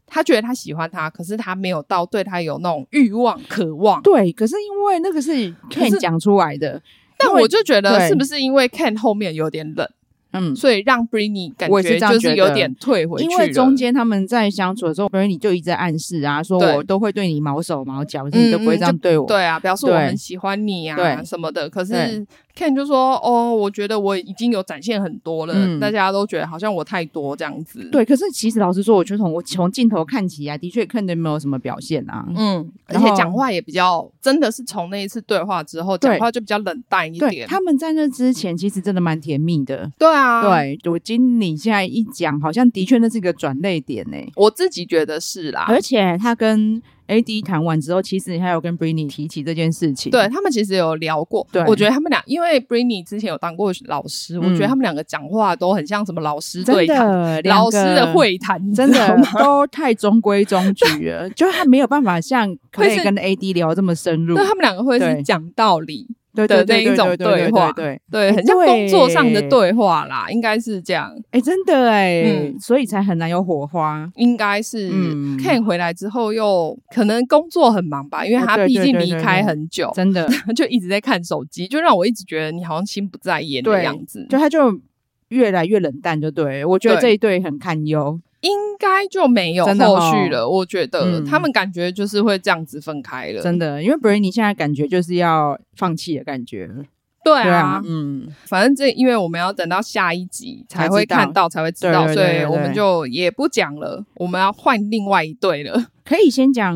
Speaker 1: 他觉得他喜欢他，可是他没有到对他有那种欲望、渴望。
Speaker 2: 对，可是因为那个是
Speaker 1: 可是
Speaker 2: Ken 讲出来的，
Speaker 1: 但
Speaker 2: 因为
Speaker 1: 我就觉得
Speaker 2: 对
Speaker 1: 是不是因为 Ken 后面有点冷，
Speaker 2: 嗯，
Speaker 1: 所以让 Britney 感
Speaker 2: 我也是这样
Speaker 1: 就
Speaker 2: 觉
Speaker 1: 是
Speaker 2: 得
Speaker 1: 有点退回去
Speaker 2: 因
Speaker 1: 了，
Speaker 2: 为中间他们在相处的时候，比如你就一直在暗示啊，说
Speaker 1: 对
Speaker 2: 我都会对你毛手毛脚，可是你都不会这样对我。
Speaker 1: 对啊，表示我
Speaker 2: 对
Speaker 1: 很喜欢你啊
Speaker 2: 对
Speaker 1: 什么的。可是
Speaker 2: 对
Speaker 1: Ken 就说：“哦，我觉得我已经有展现很多了，
Speaker 2: 嗯
Speaker 1: 大家都觉得好像我太多这样子。”，
Speaker 2: 对可是其实老实说，我觉得从我从镜头看起来，的确看着没有什么表现啊。
Speaker 1: 嗯，而
Speaker 2: 然
Speaker 1: 且
Speaker 2: 后
Speaker 1: 讲话也比较，真的是从那一次对话之后，
Speaker 2: 对
Speaker 1: 讲话就比较冷淡一
Speaker 2: 对，
Speaker 1: 点。
Speaker 2: 他们在那之前其实真的蛮甜蜜的。
Speaker 1: 对啊，，
Speaker 2: 对，我经你现在一讲，好像的确那是一个转泪点呢、
Speaker 1: 啊我自己觉得是啦。
Speaker 2: 而且他跟 AD 谈完之后，其实你还有跟 Britney 提起这件事情。
Speaker 1: 对他们其实有聊过，
Speaker 2: 对
Speaker 1: 我觉得他们俩，因为 Britney 之前有当过老师，我觉
Speaker 2: 嗯
Speaker 1: 得他们两个讲话都很像什么老师对
Speaker 2: 真
Speaker 1: 谈、
Speaker 2: 的，两
Speaker 1: 老
Speaker 2: 个
Speaker 1: 师的会谈，你
Speaker 2: 真
Speaker 1: 知道
Speaker 2: 的
Speaker 1: 吗
Speaker 2: 都太中规中矩 了，就他没有办法像可
Speaker 1: 会
Speaker 2: 以
Speaker 1: 是
Speaker 2: 跟 AD 聊这么深入
Speaker 1: 对，他们两个会是
Speaker 2: 对
Speaker 1: 讲道理，
Speaker 2: 对
Speaker 1: 的
Speaker 2: 对对
Speaker 1: 那一
Speaker 2: 对
Speaker 1: 种
Speaker 2: 对
Speaker 1: 对
Speaker 2: 对
Speaker 1: 话
Speaker 2: 对对，
Speaker 1: 对，
Speaker 2: 哎
Speaker 1: 很像工作
Speaker 2: 对
Speaker 1: 上的对话啦，应该是这样，
Speaker 2: 哎，真的哎
Speaker 1: 嗯，
Speaker 2: 所以才很难有火花。
Speaker 1: 应该是。
Speaker 2: 嗯
Speaker 1: Ken 回来之后又可能工作很忙吧，因为
Speaker 2: 哦
Speaker 1: 他
Speaker 2: 对
Speaker 1: 毕
Speaker 2: 对
Speaker 1: 竟
Speaker 2: 对
Speaker 1: 离
Speaker 2: 对
Speaker 1: 开
Speaker 2: 对
Speaker 1: 很久，
Speaker 2: 真 的，
Speaker 1: 就一直在看手机，就让我一直觉得你好像心不在焉的
Speaker 2: 对
Speaker 1: 样子。
Speaker 2: 就他就越来越冷淡，就对我觉得
Speaker 1: 对
Speaker 2: 这一对很堪忧。
Speaker 1: 应该就没有
Speaker 2: 真的
Speaker 1: 后
Speaker 2: 哦
Speaker 1: 续了，我觉得
Speaker 2: 嗯
Speaker 1: 他们感觉就是会这样子分开了。
Speaker 2: 真的，因为 Britney 现在感觉就是要放弃的感觉，
Speaker 1: 对
Speaker 2: 对
Speaker 1: 啊
Speaker 2: 啊，，嗯，
Speaker 1: 反正这因为我们要等到下一集才会看到，才会知道，
Speaker 2: 对对
Speaker 1: 所
Speaker 2: 对
Speaker 1: 以我们
Speaker 2: 对
Speaker 1: 就也不讲了，我们要换另外一对了。
Speaker 2: 可以先讲，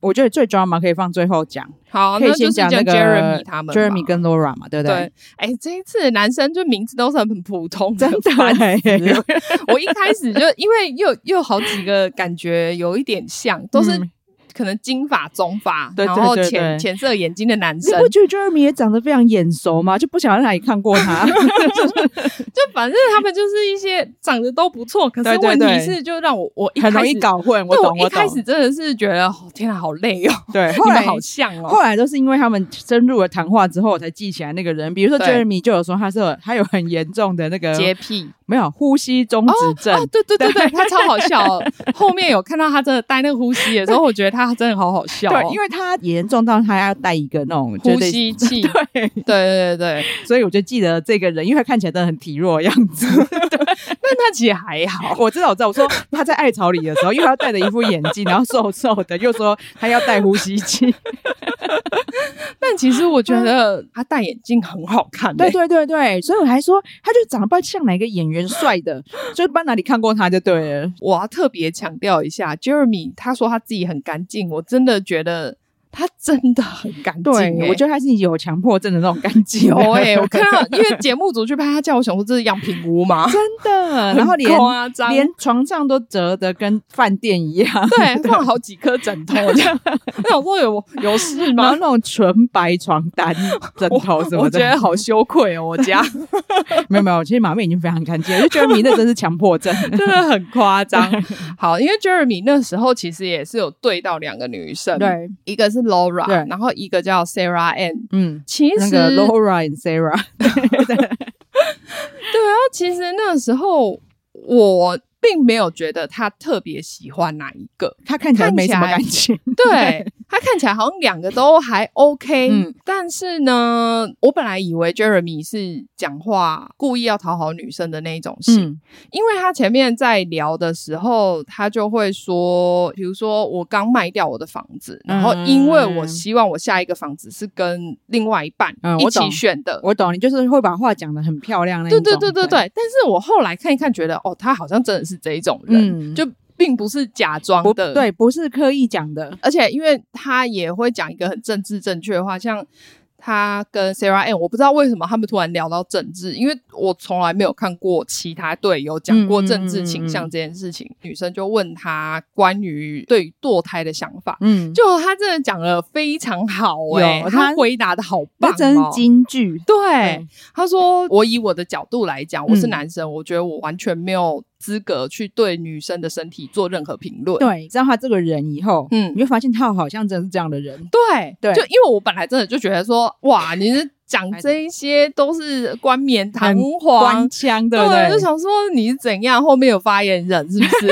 Speaker 2: 我觉得最 drama 可以放最后讲，
Speaker 1: 好，
Speaker 2: 可以
Speaker 1: 哦那就
Speaker 2: 先
Speaker 1: 是
Speaker 2: 讲那
Speaker 1: 讲
Speaker 2: 个
Speaker 1: Jeremy 他们吧
Speaker 2: Jeremy 跟 Laura 嘛，对不
Speaker 1: 对？，哎，这一次的男生就名字都是很普通
Speaker 2: 真的
Speaker 1: 烦死
Speaker 2: 欸
Speaker 1: 了我一开始就因为又又好几个感觉有一点像，都是
Speaker 2: 嗯
Speaker 1: 可能金发、棕发，
Speaker 2: 对
Speaker 1: 然后
Speaker 2: 对对
Speaker 1: 浅
Speaker 2: 对
Speaker 1: 浅色眼睛的男
Speaker 2: 你
Speaker 1: 生，
Speaker 2: 不觉得 Jeremy 也长得非常眼熟吗？就不想在哪里看过 他。
Speaker 1: 就反正他们就是一些长得都不错，可是
Speaker 2: 对对
Speaker 1: 问题
Speaker 2: 对
Speaker 1: 是就让我我一
Speaker 2: 很
Speaker 1: 开
Speaker 2: 容易
Speaker 1: 始。
Speaker 2: 搞混。
Speaker 1: 对，
Speaker 2: 懂，
Speaker 1: 我
Speaker 2: 我
Speaker 1: 一开
Speaker 2: 懂
Speaker 1: 始真的是觉得，哦天啊，好累哦，
Speaker 2: 对，
Speaker 1: 你
Speaker 2: 后来
Speaker 1: 们好像哦
Speaker 2: 后，来都是因为他们深入了谈话之后，我才记起来那个人。比如说
Speaker 1: 对
Speaker 2: Jeremy 就有说他是有他有很严重的那个
Speaker 1: 洁癖
Speaker 2: 没有呼吸中止症。
Speaker 1: 哦，对对对对，他超好笑哦。 后面有看到他真的戴那个呼吸的时候，我觉得他真的好好笑哦，
Speaker 2: 对，因为他严重到他要带一个那种
Speaker 1: 呼，吸 器，
Speaker 2: 就类似对，
Speaker 1: 对对 对，
Speaker 2: 所以我就记得这个人，因为他看起来真的很体弱的样 子。
Speaker 1: 但他其实还好，
Speaker 2: 我知道，我知道，我说他在艾草里的时候，因为他戴着一副眼镜，然后瘦瘦的，又说他要戴呼吸器。
Speaker 1: 但其实我觉得他戴眼镜很好看、欸，
Speaker 2: 对对对对，所以我还说他就长得不知道像哪个演员帅的， 就不知道哪里看过他就对了。
Speaker 1: 我要特别强调一下，Jeremy 他说他自己很干净，我真的觉得他真的很干净、
Speaker 2: 对，
Speaker 1: 欸
Speaker 2: 我觉得他是有强迫症的那种哦干净，
Speaker 1: 有哎、 我看到因为节目组去拍他叫我想说这是样品 屋吗？
Speaker 2: 真的，然后连
Speaker 1: 很夸张，
Speaker 2: 连床上都折得跟饭店一样，
Speaker 1: 对放了好几颗枕头这样，那我说有有事
Speaker 2: 然后
Speaker 1: 吗
Speaker 2: 那？种纯白床单、 枕头 什
Speaker 1: 我
Speaker 2: 么
Speaker 1: 觉
Speaker 2: 的，
Speaker 1: 得好羞愧哦，我 家
Speaker 2: 没有没有，其实马妹已经非常干净了，就觉得米勒真是强迫症。
Speaker 1: 真的很夸张。好，因为 Jeremy 那时候其实也是有对到两个女 生，，
Speaker 2: 对，
Speaker 1: 一个是 Laura，
Speaker 2: 对
Speaker 1: 然后一个叫 Sarah Ann。
Speaker 2: 嗯，
Speaker 1: 其实
Speaker 2: 那个 Laura and Sarah，
Speaker 1: 其实那时候我并没有觉得他特别喜欢哪一 个，
Speaker 2: 他看起来
Speaker 1: 看起
Speaker 2: 没什么
Speaker 1: 来
Speaker 2: 感情，
Speaker 1: 对他看起来好像两个都还 OK，、
Speaker 2: 嗯
Speaker 1: 但是呢，我本来以为 Jeremy 是讲话故意要讨好女生的那一种型，
Speaker 2: 嗯，
Speaker 1: 因为他前面在聊的时候，他就会说，比如说我刚卖掉我的房子，然后因为我希望我下一个房子是跟另外一半
Speaker 2: 嗯
Speaker 1: 一
Speaker 2: 我
Speaker 1: 起
Speaker 2: 懂
Speaker 1: 选的，
Speaker 2: 我懂，你就是会把话讲得很漂亮那一
Speaker 1: 对
Speaker 2: 种，
Speaker 1: 对对对对，但是我后来看一看，觉得哦，他好像真的是这一种人，
Speaker 2: 嗯
Speaker 1: 就并不是假装
Speaker 2: 不
Speaker 1: 的。，
Speaker 2: 对，不是刻意讲的，
Speaker 1: 而且因为他也会讲一个很政治正确的话，像他跟 Sarah Ann，我不知道为什么他们突然聊到政治，因为我从来没有看过其他队友讲
Speaker 2: 嗯
Speaker 1: 过政治倾向这件事情。女生就问他关于对于堕胎的想法。
Speaker 2: 嗯，
Speaker 1: 就他真的讲的非常好哎、
Speaker 2: 有
Speaker 1: 他
Speaker 2: 他
Speaker 1: 回答的好
Speaker 2: 那
Speaker 1: 棒、哦，
Speaker 2: 真是京剧。
Speaker 1: 嗯对，他说：“我以我的角度来讲，我是
Speaker 2: 嗯
Speaker 1: 男生，我觉得我完全没有资格去对女生的身体做任何评论。
Speaker 2: 对，知道他这个人以后，
Speaker 1: 嗯
Speaker 2: 你会发现他好像真的是这样的人。
Speaker 1: 对
Speaker 2: 对
Speaker 1: 就因为我本来真的就觉得说，哇，你是讲这一些都是冠冕堂皇
Speaker 2: 官，腔，对
Speaker 1: 对
Speaker 2: 不对？
Speaker 1: 就想说你是怎样，后面有发言人是不 是？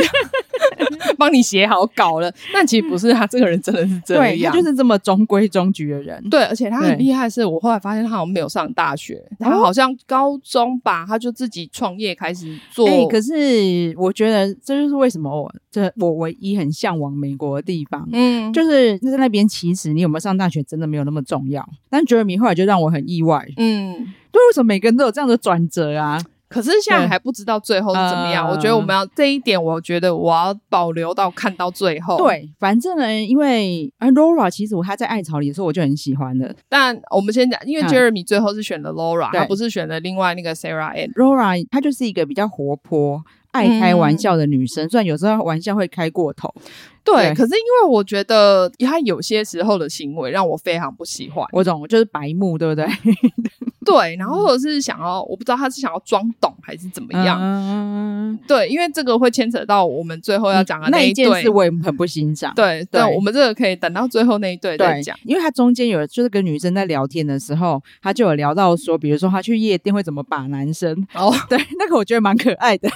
Speaker 1: 帮你写好稿了，但其实不是，他这个人真的是这
Speaker 2: 对，他
Speaker 1: 样，
Speaker 2: 就是这么中规中矩的人。
Speaker 1: 对，而且他很
Speaker 2: 对哦
Speaker 1: 厉害的是，我后来发现他好像没有上大学，他好像高中吧，他就自己创业开始做。
Speaker 2: 哎、可是我觉得这就是为什么我这我唯一很向往美国的地方，
Speaker 1: 嗯，
Speaker 2: 就是在那边其实你有没有上大学真的没有那么重要。但 Jeremy 后来就让我很意外，
Speaker 1: 嗯。
Speaker 2: 对，为什么每个人都有这样的转折啊？
Speaker 1: 可是现在
Speaker 2: 对
Speaker 1: 还不知道最后是怎么样，
Speaker 2: 呃
Speaker 1: 我觉得我们要这一点，我觉得我要保留到看到最后。，
Speaker 2: 对，反正呢，因为啊 Laura 其实我她在艾草里的时候我就很喜欢的
Speaker 1: 但我们先讲，因为
Speaker 2: 嗯
Speaker 1: Jeremy 最后是选了 Laura，、
Speaker 2: 对
Speaker 1: 他不是选了另外那个 Sarah Ann。
Speaker 2: Laura，她就是一个比较活泼、爱开
Speaker 1: 嗯
Speaker 2: 玩笑的女生，虽然有时候玩笑会开过头，
Speaker 1: 对，
Speaker 2: 对
Speaker 1: 可是因为我觉得他有些时候的行为让我非常不喜欢，
Speaker 2: 我懂，就是白目，对不对？
Speaker 1: 对，然后或者是想要，我不知道他是想要装懂还是怎么样，
Speaker 2: 嗯
Speaker 1: 对，因为这个会牵扯到我们最后要讲的
Speaker 2: 那
Speaker 1: 一
Speaker 2: 一件
Speaker 1: 对
Speaker 2: 事，，我也很不欣赏。
Speaker 1: 对
Speaker 2: 对
Speaker 1: 我们这个可以等到最后那一对再
Speaker 2: 对
Speaker 1: 讲，，
Speaker 2: 因为他中间有就是跟女生在聊天的时候，他就有聊到说，比如说他去夜店会怎么把男生，
Speaker 1: 哦，
Speaker 2: 对，那个我觉得蛮可爱的。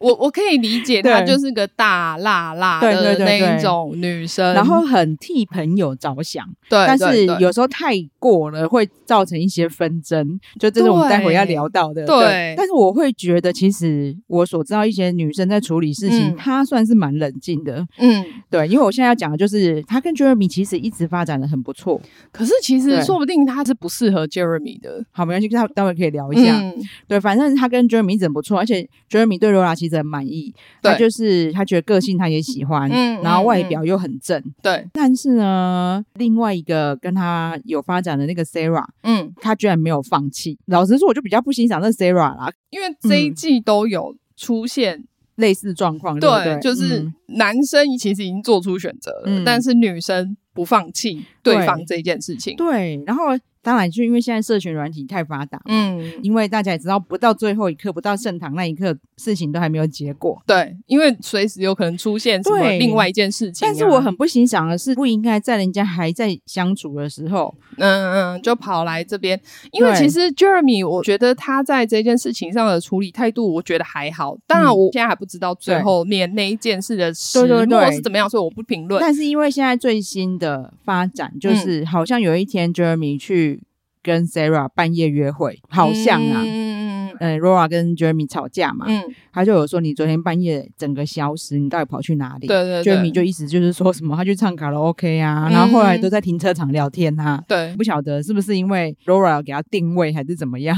Speaker 1: 我我可以理 解
Speaker 2: 对
Speaker 1: 她就是个大辣辣
Speaker 2: 对对
Speaker 1: 的
Speaker 2: 对
Speaker 1: 那
Speaker 2: 对
Speaker 1: 一种女生，
Speaker 2: 然后很替朋友着想，
Speaker 1: 对，
Speaker 2: 但
Speaker 1: 对
Speaker 2: 是
Speaker 1: 对
Speaker 2: 有时候太过了会造成一些纷争，就这是我们待会要聊到的。
Speaker 1: 对
Speaker 2: 但是我会觉得，其实我所知道一些女生在处理事情，
Speaker 1: 嗯
Speaker 2: 她算是蛮冷静的。
Speaker 1: 嗯，
Speaker 2: 对，因为我现在要讲的就是，她跟 Jeremy 其实一直发展的很不错。
Speaker 1: 可是其实
Speaker 2: 对
Speaker 1: 说不定她是不适合 Jeremy 的，
Speaker 2: 好，没关系，待待会可以聊一下。
Speaker 1: 嗯
Speaker 2: 对，反正她跟 Jeremy 一直很不错，而且 Jeremy 对 Laura 其实很满意。他
Speaker 1: 对
Speaker 2: 就是他觉得个性他也喜欢，
Speaker 1: 嗯
Speaker 2: 然后
Speaker 1: 嗯
Speaker 2: 外
Speaker 1: 嗯
Speaker 2: 表又很正。
Speaker 1: 对，
Speaker 2: 但是呢，另外一个跟他有发展的那个 Sarah，
Speaker 1: 嗯，
Speaker 2: 他居然没有放弃。老实说，我就比较不欣赏这 Sarah 啦，
Speaker 1: 因为这一季都有出现
Speaker 2: 类似状况，嗯对不
Speaker 1: 对，
Speaker 2: 对
Speaker 1: 就是
Speaker 2: 嗯
Speaker 1: 男生其实已经做出选择了，
Speaker 2: 嗯
Speaker 1: 但是女生不放弃对方这件事情。
Speaker 2: 对。然后当然，就因为现在社群软体太发达，
Speaker 1: 嗯，
Speaker 2: 因为大家也知道，不到最后一刻，不到盛唐那一刻，事情都还没有结果。
Speaker 1: 对，因为随时有可能出现什么
Speaker 2: 对
Speaker 1: 另外一件事情啊、
Speaker 2: 但是我很不欣赏的是，不应该在人家还在相处的时候，
Speaker 1: 嗯嗯，就跑来这边，因为
Speaker 2: 对
Speaker 1: 其实 Jeremy，我觉得他在这件事情上的处理态度，我觉得还好。当然，
Speaker 2: 嗯
Speaker 1: 我现在还不知道最
Speaker 2: 对
Speaker 1: 后面那一件事的始
Speaker 2: 对对对
Speaker 1: 末是怎么样，所以我不评论。
Speaker 2: 但是因为现在最新的发展，
Speaker 1: 嗯
Speaker 2: 就是、好像有一天 Jeremy 去跟 Sarah 半夜约会，好像啊。嗯
Speaker 1: 嗯嗯
Speaker 2: 呃，Rora 跟 Jeremy 吵架嘛，
Speaker 1: 嗯嗯，
Speaker 2: 他就有说你昨天半夜整个消失，你到底跑去哪里
Speaker 1: 对对对
Speaker 2: ？Jeremy 就一直就是说什么他去唱卡拉 OK 啊，
Speaker 1: 嗯
Speaker 2: 然后后来都在停车场聊天啊，
Speaker 1: 对，
Speaker 2: 不晓得是不是因为 Rora 给他定位还是怎么样，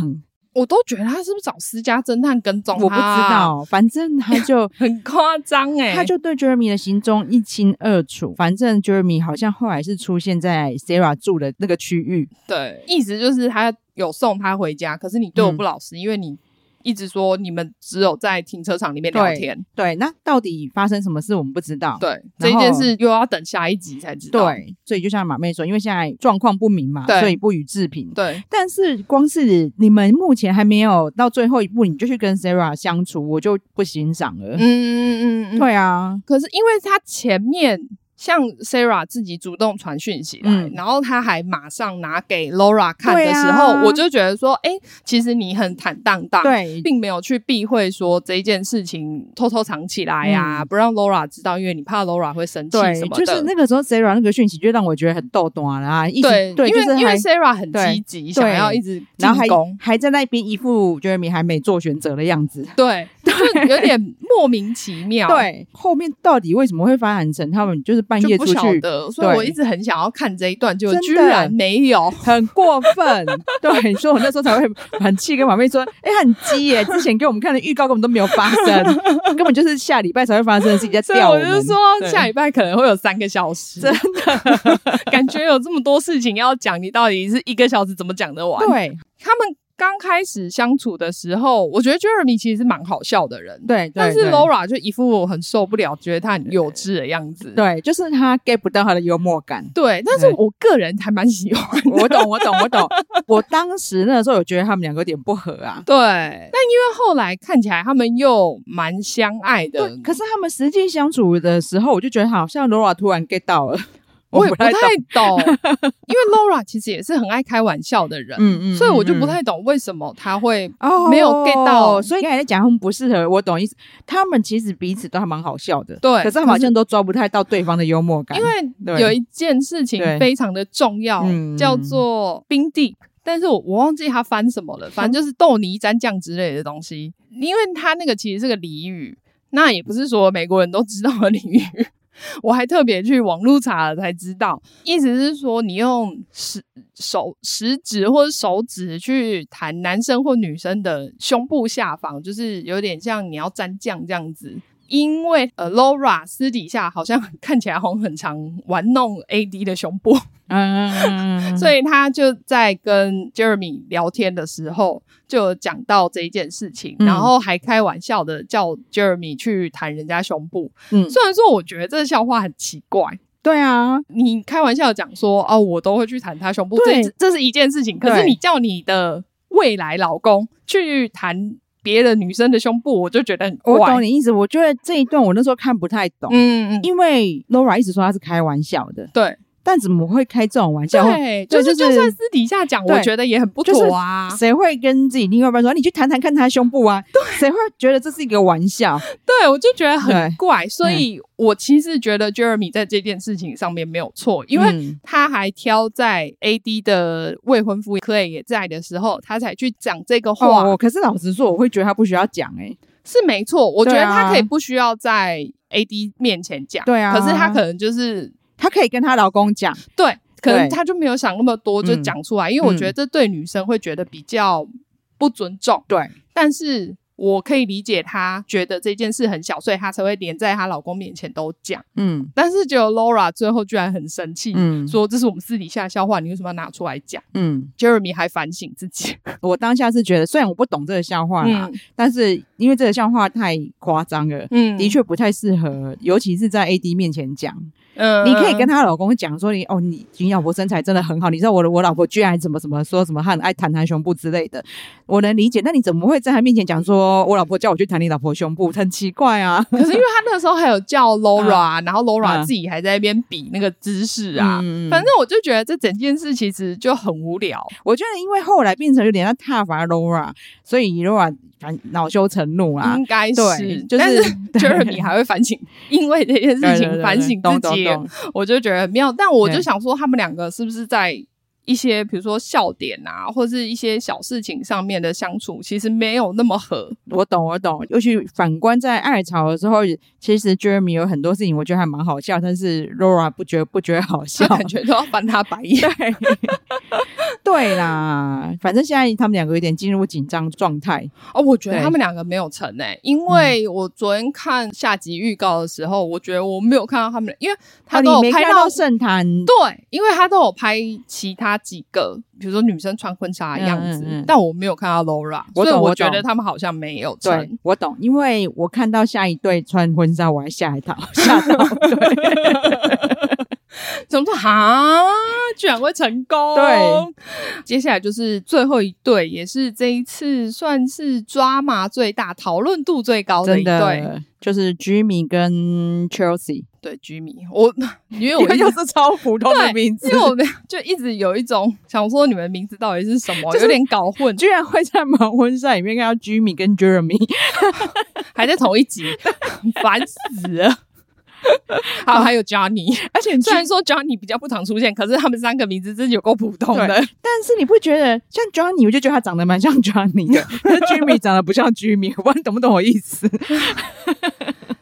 Speaker 1: 我都觉得他是不是找私家侦探跟踪
Speaker 2: 我不知
Speaker 1: 他啊，
Speaker 2: 道，反正 他就
Speaker 1: 很夸张哎，
Speaker 2: 他就对 Jeremy 的行踪一清二楚。反正 Jeremy 好像后来是出现在 Sarah 住的那个区域，
Speaker 1: 对，意思就是他有送他回家，可是你对
Speaker 2: 嗯
Speaker 1: 我不老实，因为你一直说你们只有在停车场里面聊天。
Speaker 2: 对，那到底发生什么事我们不知道。
Speaker 1: 对，
Speaker 2: 然
Speaker 1: 这
Speaker 2: 后
Speaker 1: 件事又要等下一集才知道。
Speaker 2: 对所以就像马妹说，因为现在状况不明嘛，
Speaker 1: 对
Speaker 2: 所以不予置评。
Speaker 1: 对
Speaker 2: 但是光是你们目前还没有到最后一步，你就去跟 Sarah 相处，我就不欣赏了。
Speaker 1: 嗯嗯嗯嗯。
Speaker 2: 对啊，
Speaker 1: 可是因为他前面像 Sarah 自己主动传讯息来，
Speaker 2: 嗯
Speaker 1: 然后他还马上拿给 Laura 看的
Speaker 2: 对啊
Speaker 1: 时候，我就觉得说，哎、其实你很坦荡荡，
Speaker 2: 对
Speaker 1: 并没有去避讳说这一件事情偷偷藏起来呀、不让 Laura 知道，因为你怕 Laura 会生气
Speaker 2: 嗯对
Speaker 1: 什，么
Speaker 2: 就
Speaker 1: 的。
Speaker 2: 是那个时候 Sarah 那个讯息就让我觉得很逗短啦，一直
Speaker 1: 对，
Speaker 2: 对，
Speaker 1: 因
Speaker 2: 就
Speaker 1: 为、
Speaker 2: 是
Speaker 1: 因为
Speaker 2: 还
Speaker 1: Sarah 很
Speaker 2: 对
Speaker 1: 积极，想要一直进
Speaker 2: 然后还
Speaker 1: 攻，
Speaker 2: 还在那边一副 Jeremy 还没做选择的样子。
Speaker 1: 对，就有点莫名其妙，，
Speaker 2: 对，后面到底为什么会发展成他们就是半夜
Speaker 1: 就
Speaker 2: 出
Speaker 1: 不晓
Speaker 2: 去，
Speaker 1: 得，所以我
Speaker 2: 对
Speaker 1: 一直很想要看这一段，结果
Speaker 2: 真的
Speaker 1: 居然没 有，
Speaker 2: 很过分。 对，所以我那时候才会很气，跟马妹说：“哎、很鸡耶，之前给我们看的预告根本都没有发 生，根本就是下礼拜才会发生的事情在
Speaker 1: 所以
Speaker 2: 吊
Speaker 1: 我
Speaker 2: 们
Speaker 1: 就说
Speaker 2: 对
Speaker 1: 下礼拜可能会有三个小时，
Speaker 2: 真
Speaker 1: 的，感觉有这么多事情要讲，你到底是一个小时怎么讲得完？
Speaker 2: 对
Speaker 1: 他们刚开始相处的时候，我觉得 Jeremy 其实是蛮好笑的人，
Speaker 2: 对，
Speaker 1: 但
Speaker 2: 对
Speaker 1: 是 Laura 就一副我很受不了，觉得他很幼稚的样子，
Speaker 2: 对对，就是他 get 不到他的幽默感。
Speaker 1: 对，但是
Speaker 2: 对
Speaker 1: 我个人还蛮喜欢的。
Speaker 2: 我懂，我懂，我懂。我当时那时候有觉得他们两个有点不合啊。
Speaker 1: 对，但因为后来看起来他们又蛮相爱的，
Speaker 2: 对，可是他们实际相处的时候，我就觉得好像 Laura 突然 get 到了，
Speaker 1: 我也
Speaker 2: 不
Speaker 1: 不
Speaker 2: 太
Speaker 1: 太
Speaker 2: 懂。
Speaker 1: 懂， 因为 Laura 其实也是很爱开玩笑的人，
Speaker 2: 嗯嗯嗯
Speaker 1: 所以我就
Speaker 2: 嗯
Speaker 1: 不太懂为什么他会，
Speaker 2: 哦
Speaker 1: 没有 get 到
Speaker 2: 所以刚才在讲他们不适合，我懂意思。他们其实彼此都还蛮好笑的，
Speaker 1: 对
Speaker 2: 可是他们好像都抓不太到对方的幽默感，
Speaker 1: 因
Speaker 2: 对
Speaker 1: 为有一件事情
Speaker 2: 对
Speaker 1: 非常的重要
Speaker 2: 嗯，
Speaker 1: 叫做冰地。但是我我忘记他翻什么了，反正就是豆泥蘸酱之类的东西，因为他那个其实是个俚语，那也不是说美国人都知道的俚语，我还特别去网络查了才知道，意思是说你用食手食指或者手指去弹男生或女生的胸部下方，就是有点像你要沾酱这样子。因为呃，Laura 私底下好像 看起来红很常玩弄 AD 的胸部，
Speaker 2: 嗯，
Speaker 1: 所以他就在跟 Jeremy 聊天的时候就有讲到这一件事情，
Speaker 2: 嗯
Speaker 1: 然后还开玩笑的叫 Jeremy 去弹人家胸部。
Speaker 2: 嗯
Speaker 1: 虽然说我觉得这个笑话很奇怪，
Speaker 2: 对啊，
Speaker 1: 你开玩笑讲说哦，我都会去弹他胸部，
Speaker 2: 对
Speaker 1: 这这是一件事情。可是
Speaker 2: 对
Speaker 1: 你叫你的未来老公去弹别的女生的胸部，我就觉得很怪。
Speaker 2: 我懂你意思。我觉得这一段我那时候看不太懂，
Speaker 1: 嗯，嗯嗯，
Speaker 2: 因为 Laura 一直说他是开玩笑的，
Speaker 1: 对。
Speaker 2: 但怎么会开这种玩笑？
Speaker 1: 对，
Speaker 2: 对
Speaker 1: 就是
Speaker 2: 就
Speaker 1: 就是算私底下讲，
Speaker 2: 对
Speaker 1: 我觉得也很不
Speaker 2: 就是
Speaker 1: 妥啊。
Speaker 2: 谁会跟自己另外一半说啊你去谈谈看他胸部啊？谁会觉得这是一个玩笑？
Speaker 1: 对，我就觉得很
Speaker 2: 对嗯
Speaker 1: 怪，所以我其实觉得 Jeremy 在这件事情上面没有错，因为。
Speaker 2: 嗯
Speaker 1: 他还挑在 AD 的未婚夫 Clay 也在的时候，他才去讲这个话，
Speaker 2: 哦，可是老实说，我会觉得他不需要讲哎、
Speaker 1: 是没错。我觉
Speaker 2: 对
Speaker 1: 得
Speaker 2: 啊
Speaker 1: 他可以不需要在 AD 面前讲，
Speaker 2: 对啊
Speaker 1: 可是他可能就是
Speaker 2: 她可以跟她老公讲，
Speaker 1: 对，可能
Speaker 2: 对
Speaker 1: 他就没有想那么多，就
Speaker 2: 嗯
Speaker 1: 讲出来，因为我
Speaker 2: 嗯
Speaker 1: 觉得这对女生会觉得比较不尊重。
Speaker 2: 对，
Speaker 1: 但是我可以理解她觉得这件事很小，所以她才会连在她老公面前都讲。
Speaker 2: 嗯
Speaker 1: 但是只有 Laura 最后居然很生气，
Speaker 2: 嗯
Speaker 1: 说这是我们私底下的笑话，你为什么要拿出来讲
Speaker 2: 嗯，
Speaker 1: ？Jeremy 还反省自 己，
Speaker 2: 我当下是觉得，虽然我不懂这个笑话啦，
Speaker 1: 嗯
Speaker 2: 但是因为这个笑话太夸张了。
Speaker 1: 嗯
Speaker 2: 的，确不太适合，尤其是在 AD 面前讲。
Speaker 1: 嗯
Speaker 2: 你可以跟她老公讲说你哦，你你老婆身材真的很好，你知道我的我老婆居然怎么怎么说什么她很爱弹弹胸部之类的，我能理解。那你怎么会在她面前讲说我老婆叫我去弹你老婆胸部，很奇怪啊！
Speaker 1: 可是因为他那个时候还有叫 Laura，、然后
Speaker 2: 嗯
Speaker 1: Laura 自己还在那边比那个姿势啊，
Speaker 2: 嗯
Speaker 1: 反正我就觉得这整件事其实就很无聊。
Speaker 2: 我觉得因为后来变成有点在挞伐 Laura，所以 Laura 反恼羞成怒啦。
Speaker 1: 应该
Speaker 2: 啊对
Speaker 1: 嗯是，
Speaker 2: 就是
Speaker 1: 但是
Speaker 2: 对
Speaker 1: Jeremy 还会反省，因为这件
Speaker 2: 对
Speaker 1: 事情反省自
Speaker 2: 对对对懂
Speaker 1: 己，
Speaker 2: 懂懂
Speaker 1: 我就觉得很妙。但我
Speaker 2: 对
Speaker 1: 就想说，他们两个是不是在一些比如说笑点啊，或是一些小事情上面的相处，其实没有那么合。
Speaker 2: 我懂，我懂。尤其反观在爱吵的时候，其实 Jeremy 有很多事情我觉得还蛮好笑，但是 Laura 不觉得不觉得好笑
Speaker 1: 就。感觉都要翻他白眼，
Speaker 2: 对啦，反正现在他们两个有点进入紧张状态。
Speaker 1: 哦，我觉得
Speaker 2: 对嗯
Speaker 1: 他们两个没有成诶、欸因为我昨天看下集预告的时候，我觉得我没有看到他们，因为他
Speaker 2: 哦
Speaker 1: 都
Speaker 2: 你
Speaker 1: 有
Speaker 2: 没
Speaker 1: 拍
Speaker 2: 看到圣坛，
Speaker 1: 对，因为他都有拍其他几个，比如说女生穿婚纱的样子，
Speaker 2: 嗯嗯嗯
Speaker 1: 但我没有看到 Laura，
Speaker 2: 我懂
Speaker 1: 所以
Speaker 2: 我懂
Speaker 1: 觉得他们好像没有
Speaker 2: 对
Speaker 1: 穿。
Speaker 2: 我懂，因为我看到下一对穿婚纱，我还吓一跳，吓到。
Speaker 1: 怎么说哈，居然会成功？
Speaker 2: 对，
Speaker 1: 接下来就是最后一对，也是这一次算是抓马最大、讨论度最高的
Speaker 2: 真
Speaker 1: 一哦对。
Speaker 2: 的就是 Jimmy 跟 Chelsea，
Speaker 1: 对，居民， 我因为我一直
Speaker 2: 又是超普通的
Speaker 1: 对
Speaker 2: 名字
Speaker 1: 因为，我们就一直有一种想说你们名字到底是什么，
Speaker 2: 就是
Speaker 1: 有点搞混，
Speaker 2: 居然会在盲婚赛里面看到 Jimmy 跟 Jeremy。
Speaker 1: 还在同 一集，烦死了。好，还有 Johnny，
Speaker 2: 而且
Speaker 1: 虽然说 Johnny 比较不常出现，可是他们三个名字真的有够普通的。
Speaker 2: 但是你不觉得像 Johnny，我就觉得他长得蛮像 Johnny 的，可是 Jimmy 长得不像 Jimmy，我不知道你懂不懂我意思？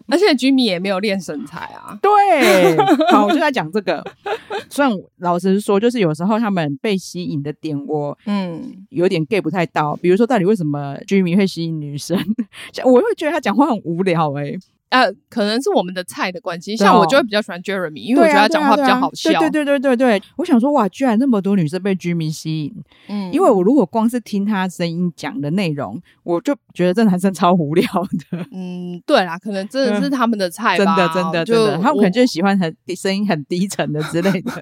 Speaker 1: 而且 Jimmy 也没有练身材啊。
Speaker 2: 对，好，我就在讲这个。虽然我老实说，就是有时候他们被吸引的点，我
Speaker 1: 嗯，
Speaker 2: 有点 get 不太到。比如说，到底为什么 Jimmy 会吸引女生？像我会觉得他讲话很无聊哎、欸
Speaker 1: 呃，可能是我们的菜的关系，
Speaker 2: 对哦
Speaker 1: 像我就会比较喜欢 Jeremy，因为我
Speaker 2: 对
Speaker 1: 觉
Speaker 2: 啊
Speaker 1: 得他讲话比较好笑。
Speaker 2: 对啊对对对对对对，我想说哇，居然那么多女生被 Jimmy 吸引，
Speaker 1: 嗯
Speaker 2: 因为我如果光是听他声音讲的内容，我就觉得这男生超无聊的。
Speaker 1: 嗯，对啦，可能真的是他们的菜
Speaker 2: 真
Speaker 1: 吧，
Speaker 2: 的，真的，真
Speaker 1: 就
Speaker 2: 的，他们可能
Speaker 1: 我
Speaker 2: 就喜欢很低声音很低沉的之类 的，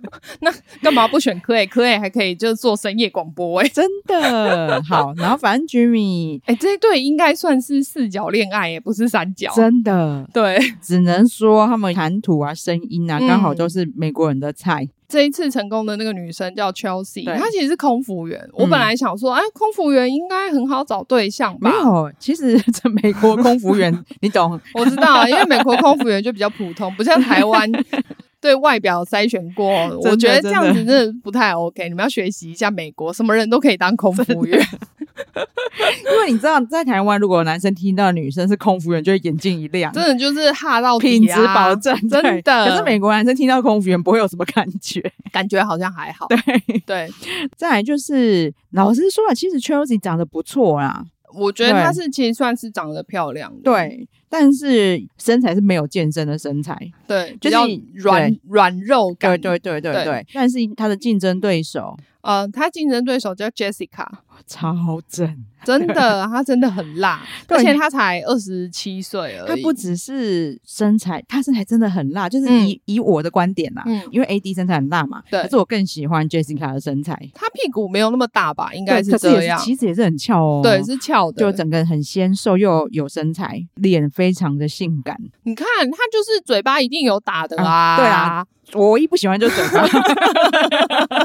Speaker 1: 干嘛不选 Clay？Clay 还可以就是做深夜广播哎、欸。
Speaker 2: 真的好。然后反正 Jimmy
Speaker 1: 哎、这一对应该算是四角恋爱耶，不是三角。
Speaker 2: 真的
Speaker 1: 对，
Speaker 2: 只能说他们谈吐啊、声音啊，
Speaker 1: 嗯
Speaker 2: 刚好都是美国人的菜。
Speaker 1: 这一次成功的那个女生叫 Chelsea，
Speaker 2: 对嗯
Speaker 1: 她其实是空服员。我本来想说，哎，空服员应该很好找对象吧
Speaker 2: 没？有，其实 这美国空服员，你懂？
Speaker 1: 我知道啊，因为美国空服员就比较普通，不像 台湾对外表筛选过。
Speaker 2: 的
Speaker 1: 我觉得这样子
Speaker 2: 真
Speaker 1: 真的不太 OK。你们要学习一下美国，什么人都可以当空服员。
Speaker 2: 因为你知道，在台湾，如果男生听到女生是空服员，就会眼睛一亮，
Speaker 1: 真的就是哈到
Speaker 2: 品
Speaker 1: 底
Speaker 2: 质
Speaker 1: 啊
Speaker 2: 保证，
Speaker 1: 真
Speaker 2: 对
Speaker 1: 的。
Speaker 2: 可是美国男生听到空服员不会有什么感觉。
Speaker 1: 感觉好像还好。对对，
Speaker 2: 再来就是，老实说啊，其实 Chelsea 长得不错啦。
Speaker 1: 我觉得
Speaker 2: 对
Speaker 1: 她是其实算是长得漂亮的，
Speaker 2: 对，但是身材是没有健身的身材，
Speaker 1: 对，
Speaker 2: 就
Speaker 1: 比
Speaker 2: 是
Speaker 1: 较
Speaker 2: 你
Speaker 1: 软软肉
Speaker 2: 对
Speaker 1: 感。
Speaker 2: 对对对
Speaker 1: 对
Speaker 2: 对。但是他的竞争对手
Speaker 1: 呃，她竞争对手叫 Jessica，
Speaker 2: 超正，
Speaker 1: 真的，她真的很辣，
Speaker 2: 对
Speaker 1: 而且她才二十七岁而
Speaker 2: 他
Speaker 1: 已。
Speaker 2: 不只是身材，他身材真的很辣，就是以、以我的观点啦，
Speaker 1: 嗯
Speaker 2: 因为 AD 身材很辣嘛，
Speaker 1: 对
Speaker 2: 可是我更喜欢 Jessica 的身材，
Speaker 1: 她屁股没有那么大吧？应该
Speaker 2: 对可是也
Speaker 1: 这
Speaker 2: 是
Speaker 1: 样，
Speaker 2: 其实也是很翘哦，
Speaker 1: 对，是翘的。
Speaker 2: 就整个很纤瘦又有身材，脸非常的性感。
Speaker 1: 你看，她就是嘴巴一定有打的啊。
Speaker 2: 啊对啊，我唯一不喜欢就是嘴 巴，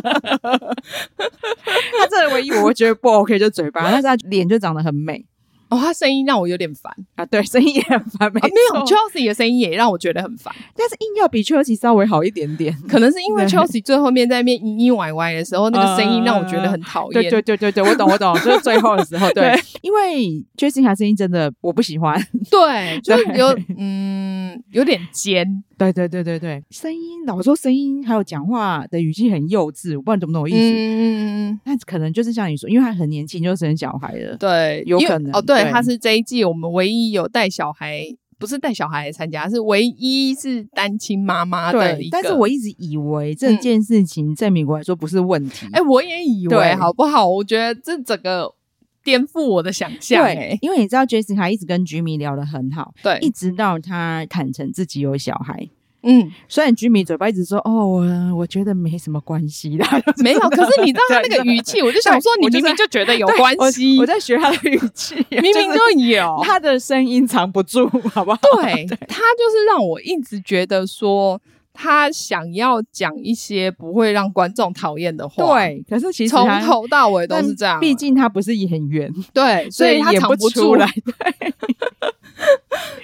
Speaker 2: 他这唯一我觉得不 OK 就是嘴巴， 但是他脸就长得很美
Speaker 1: 哦，她声音让我有 点烦。
Speaker 2: 啊，对，声音也很烦，没
Speaker 1: 啊，没有
Speaker 2: 错
Speaker 1: ，Chelsea 的声音也让我觉得很烦，
Speaker 2: 但是硬要比 Chelsea 稍微好一点点。
Speaker 1: 可能是因为
Speaker 2: 对
Speaker 1: Chelsea 最后面在那边嘤嘤歪歪的时候，那个声音让我觉得很讨
Speaker 2: 嗯
Speaker 1: 厌。
Speaker 2: 对对对对对，我懂 我懂，就是最后的时候，对
Speaker 1: 对，
Speaker 2: 因为 Jessica 声音真的我不喜欢，
Speaker 1: 对，就是
Speaker 2: 对
Speaker 1: 有嗯有点尖，
Speaker 2: 对对对对对，声音老实说声音还有讲话的语气很幼稚，我不知道你懂不懂我意思。
Speaker 1: 嗯，
Speaker 2: 那可能就是像你说，因为他很年轻就生小孩了，
Speaker 1: 对，
Speaker 2: 有
Speaker 1: 因为
Speaker 2: 可能
Speaker 1: 哦。对，
Speaker 2: 对
Speaker 1: 他是这一季我们唯一有带小孩，不是带小孩来参加，是唯一是单亲妈妈的一个。
Speaker 2: 但是我一直以为这
Speaker 1: 嗯
Speaker 2: 件事情在美国来说不是问题。
Speaker 1: 哎，我也以为
Speaker 2: 对
Speaker 1: 好不好？我觉得这整个颠覆我的想象。
Speaker 2: 对
Speaker 1: 哎，，
Speaker 2: 欸因为你知道 Jessica 一直跟 Jimmy 聊得很好，
Speaker 1: 对
Speaker 2: 一，直到他坦诚自己有小孩。
Speaker 1: 嗯，
Speaker 2: 虽然 Jimmy 嘴巴一直说哦，我我觉得没什么关系啦，
Speaker 1: 没有。可是你知道他那
Speaker 2: 对
Speaker 1: 个
Speaker 2: 对
Speaker 1: 语气，我就想
Speaker 2: 对
Speaker 1: 说，你
Speaker 2: 我就
Speaker 1: 明明
Speaker 2: 在
Speaker 1: 就觉得有
Speaker 2: 对
Speaker 1: 关
Speaker 2: 我
Speaker 1: 系
Speaker 2: 我，在学他的语气，啊
Speaker 1: 明
Speaker 2: 就
Speaker 1: 明
Speaker 2: 是
Speaker 1: 就有。
Speaker 2: 他的声音藏不住，好不好？
Speaker 1: 对，他就是让我一直觉得说，他想要讲一些不会让观众讨厌的话。
Speaker 2: 对，可是其实
Speaker 1: 从
Speaker 2: 他
Speaker 1: 头到尾都
Speaker 2: 但
Speaker 1: 是这样。
Speaker 2: 毕竟他不是演员，
Speaker 1: 对，所以他
Speaker 2: 演
Speaker 1: 藏
Speaker 2: 不
Speaker 1: 住
Speaker 2: 出来。。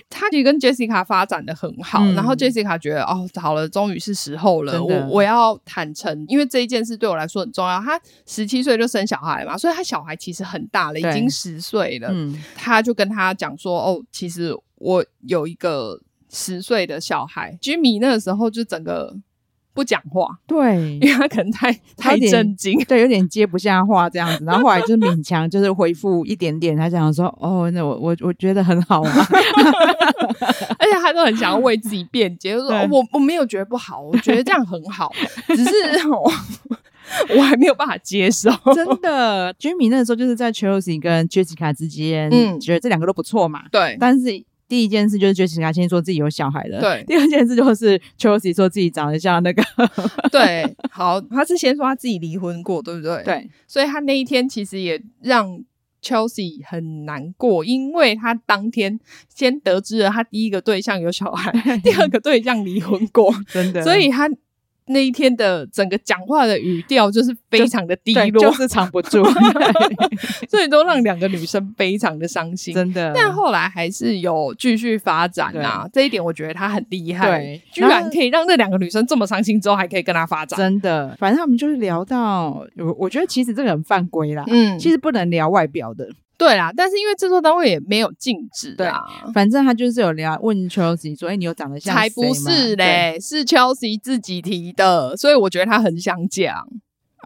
Speaker 1: 他其实跟 Jessica 发展的很好，
Speaker 2: 嗯
Speaker 1: 然后 Jessica 觉得哦，好了，终于是时候了，
Speaker 2: 真的
Speaker 1: 我我要坦诚，因为这一件事对我来说很重要。他十七岁就生小孩嘛，所以他小孩其实很大了，已
Speaker 2: 对
Speaker 1: 经十岁了。
Speaker 2: 嗯，
Speaker 1: 他就跟他讲说：“哦，其实我有一个十岁的小孩。”Jimmy 那个时候就整个不讲话，
Speaker 2: 对
Speaker 1: 因为他可能太太
Speaker 2: 有点
Speaker 1: 震惊。
Speaker 2: 对，有点接不下话这样子，然后后来就勉强就是恢复一点点，他想说，哦，那我我我觉得很好啊，
Speaker 1: 而且他都很想要为自己辩解，就说
Speaker 2: 对
Speaker 1: 哦我我没有觉得不好，我觉得这样很好，只是我我还没有办法接 受。
Speaker 2: 真的。Jimmy 那时候就是在 Chelsea 跟 Jessica 之间，
Speaker 1: 嗯
Speaker 2: 觉得这两个都不错嘛，
Speaker 1: 对
Speaker 2: 但是。第一件事就是 Jessica 先说自己有小孩了，
Speaker 1: 对
Speaker 2: 第二件事就是 Chelsea 说自己长得像那个，
Speaker 1: 对，好，他之前说他自己离婚过，对不对？，
Speaker 2: 对
Speaker 1: 所以他那一天其实也让 Chelsea 很难过，因为他当天先得知了他第一个对象有 小孩，第二个对象离婚过，
Speaker 2: 真的，
Speaker 1: 所以他那一天的整个讲话的语调就是非常的低
Speaker 2: 对
Speaker 1: 落，
Speaker 2: 就是藏不 住，
Speaker 1: 所以都让两个女生非常的伤心。
Speaker 2: 真的。
Speaker 1: 但后来还是有继续发展啊，这一点我觉得他很厉害，
Speaker 2: 对
Speaker 1: 居然
Speaker 2: 那
Speaker 1: 可以让那两个女生这么伤心之后还可以跟他发展。
Speaker 2: 真的，反正他们就是聊到，我我觉得其实这个很犯规啦，
Speaker 1: 嗯，
Speaker 2: 其实不能聊外表的，
Speaker 1: 对啦，但是因为制作单位也没有禁止啊，
Speaker 2: 反正他就是有聊问 Chelsea 说：“哎、你有长得像
Speaker 1: 才
Speaker 2: 谁吗
Speaker 1: 不是！嘞，是 Chelsea 自己提的，所以我觉得他很想讲。
Speaker 2: 对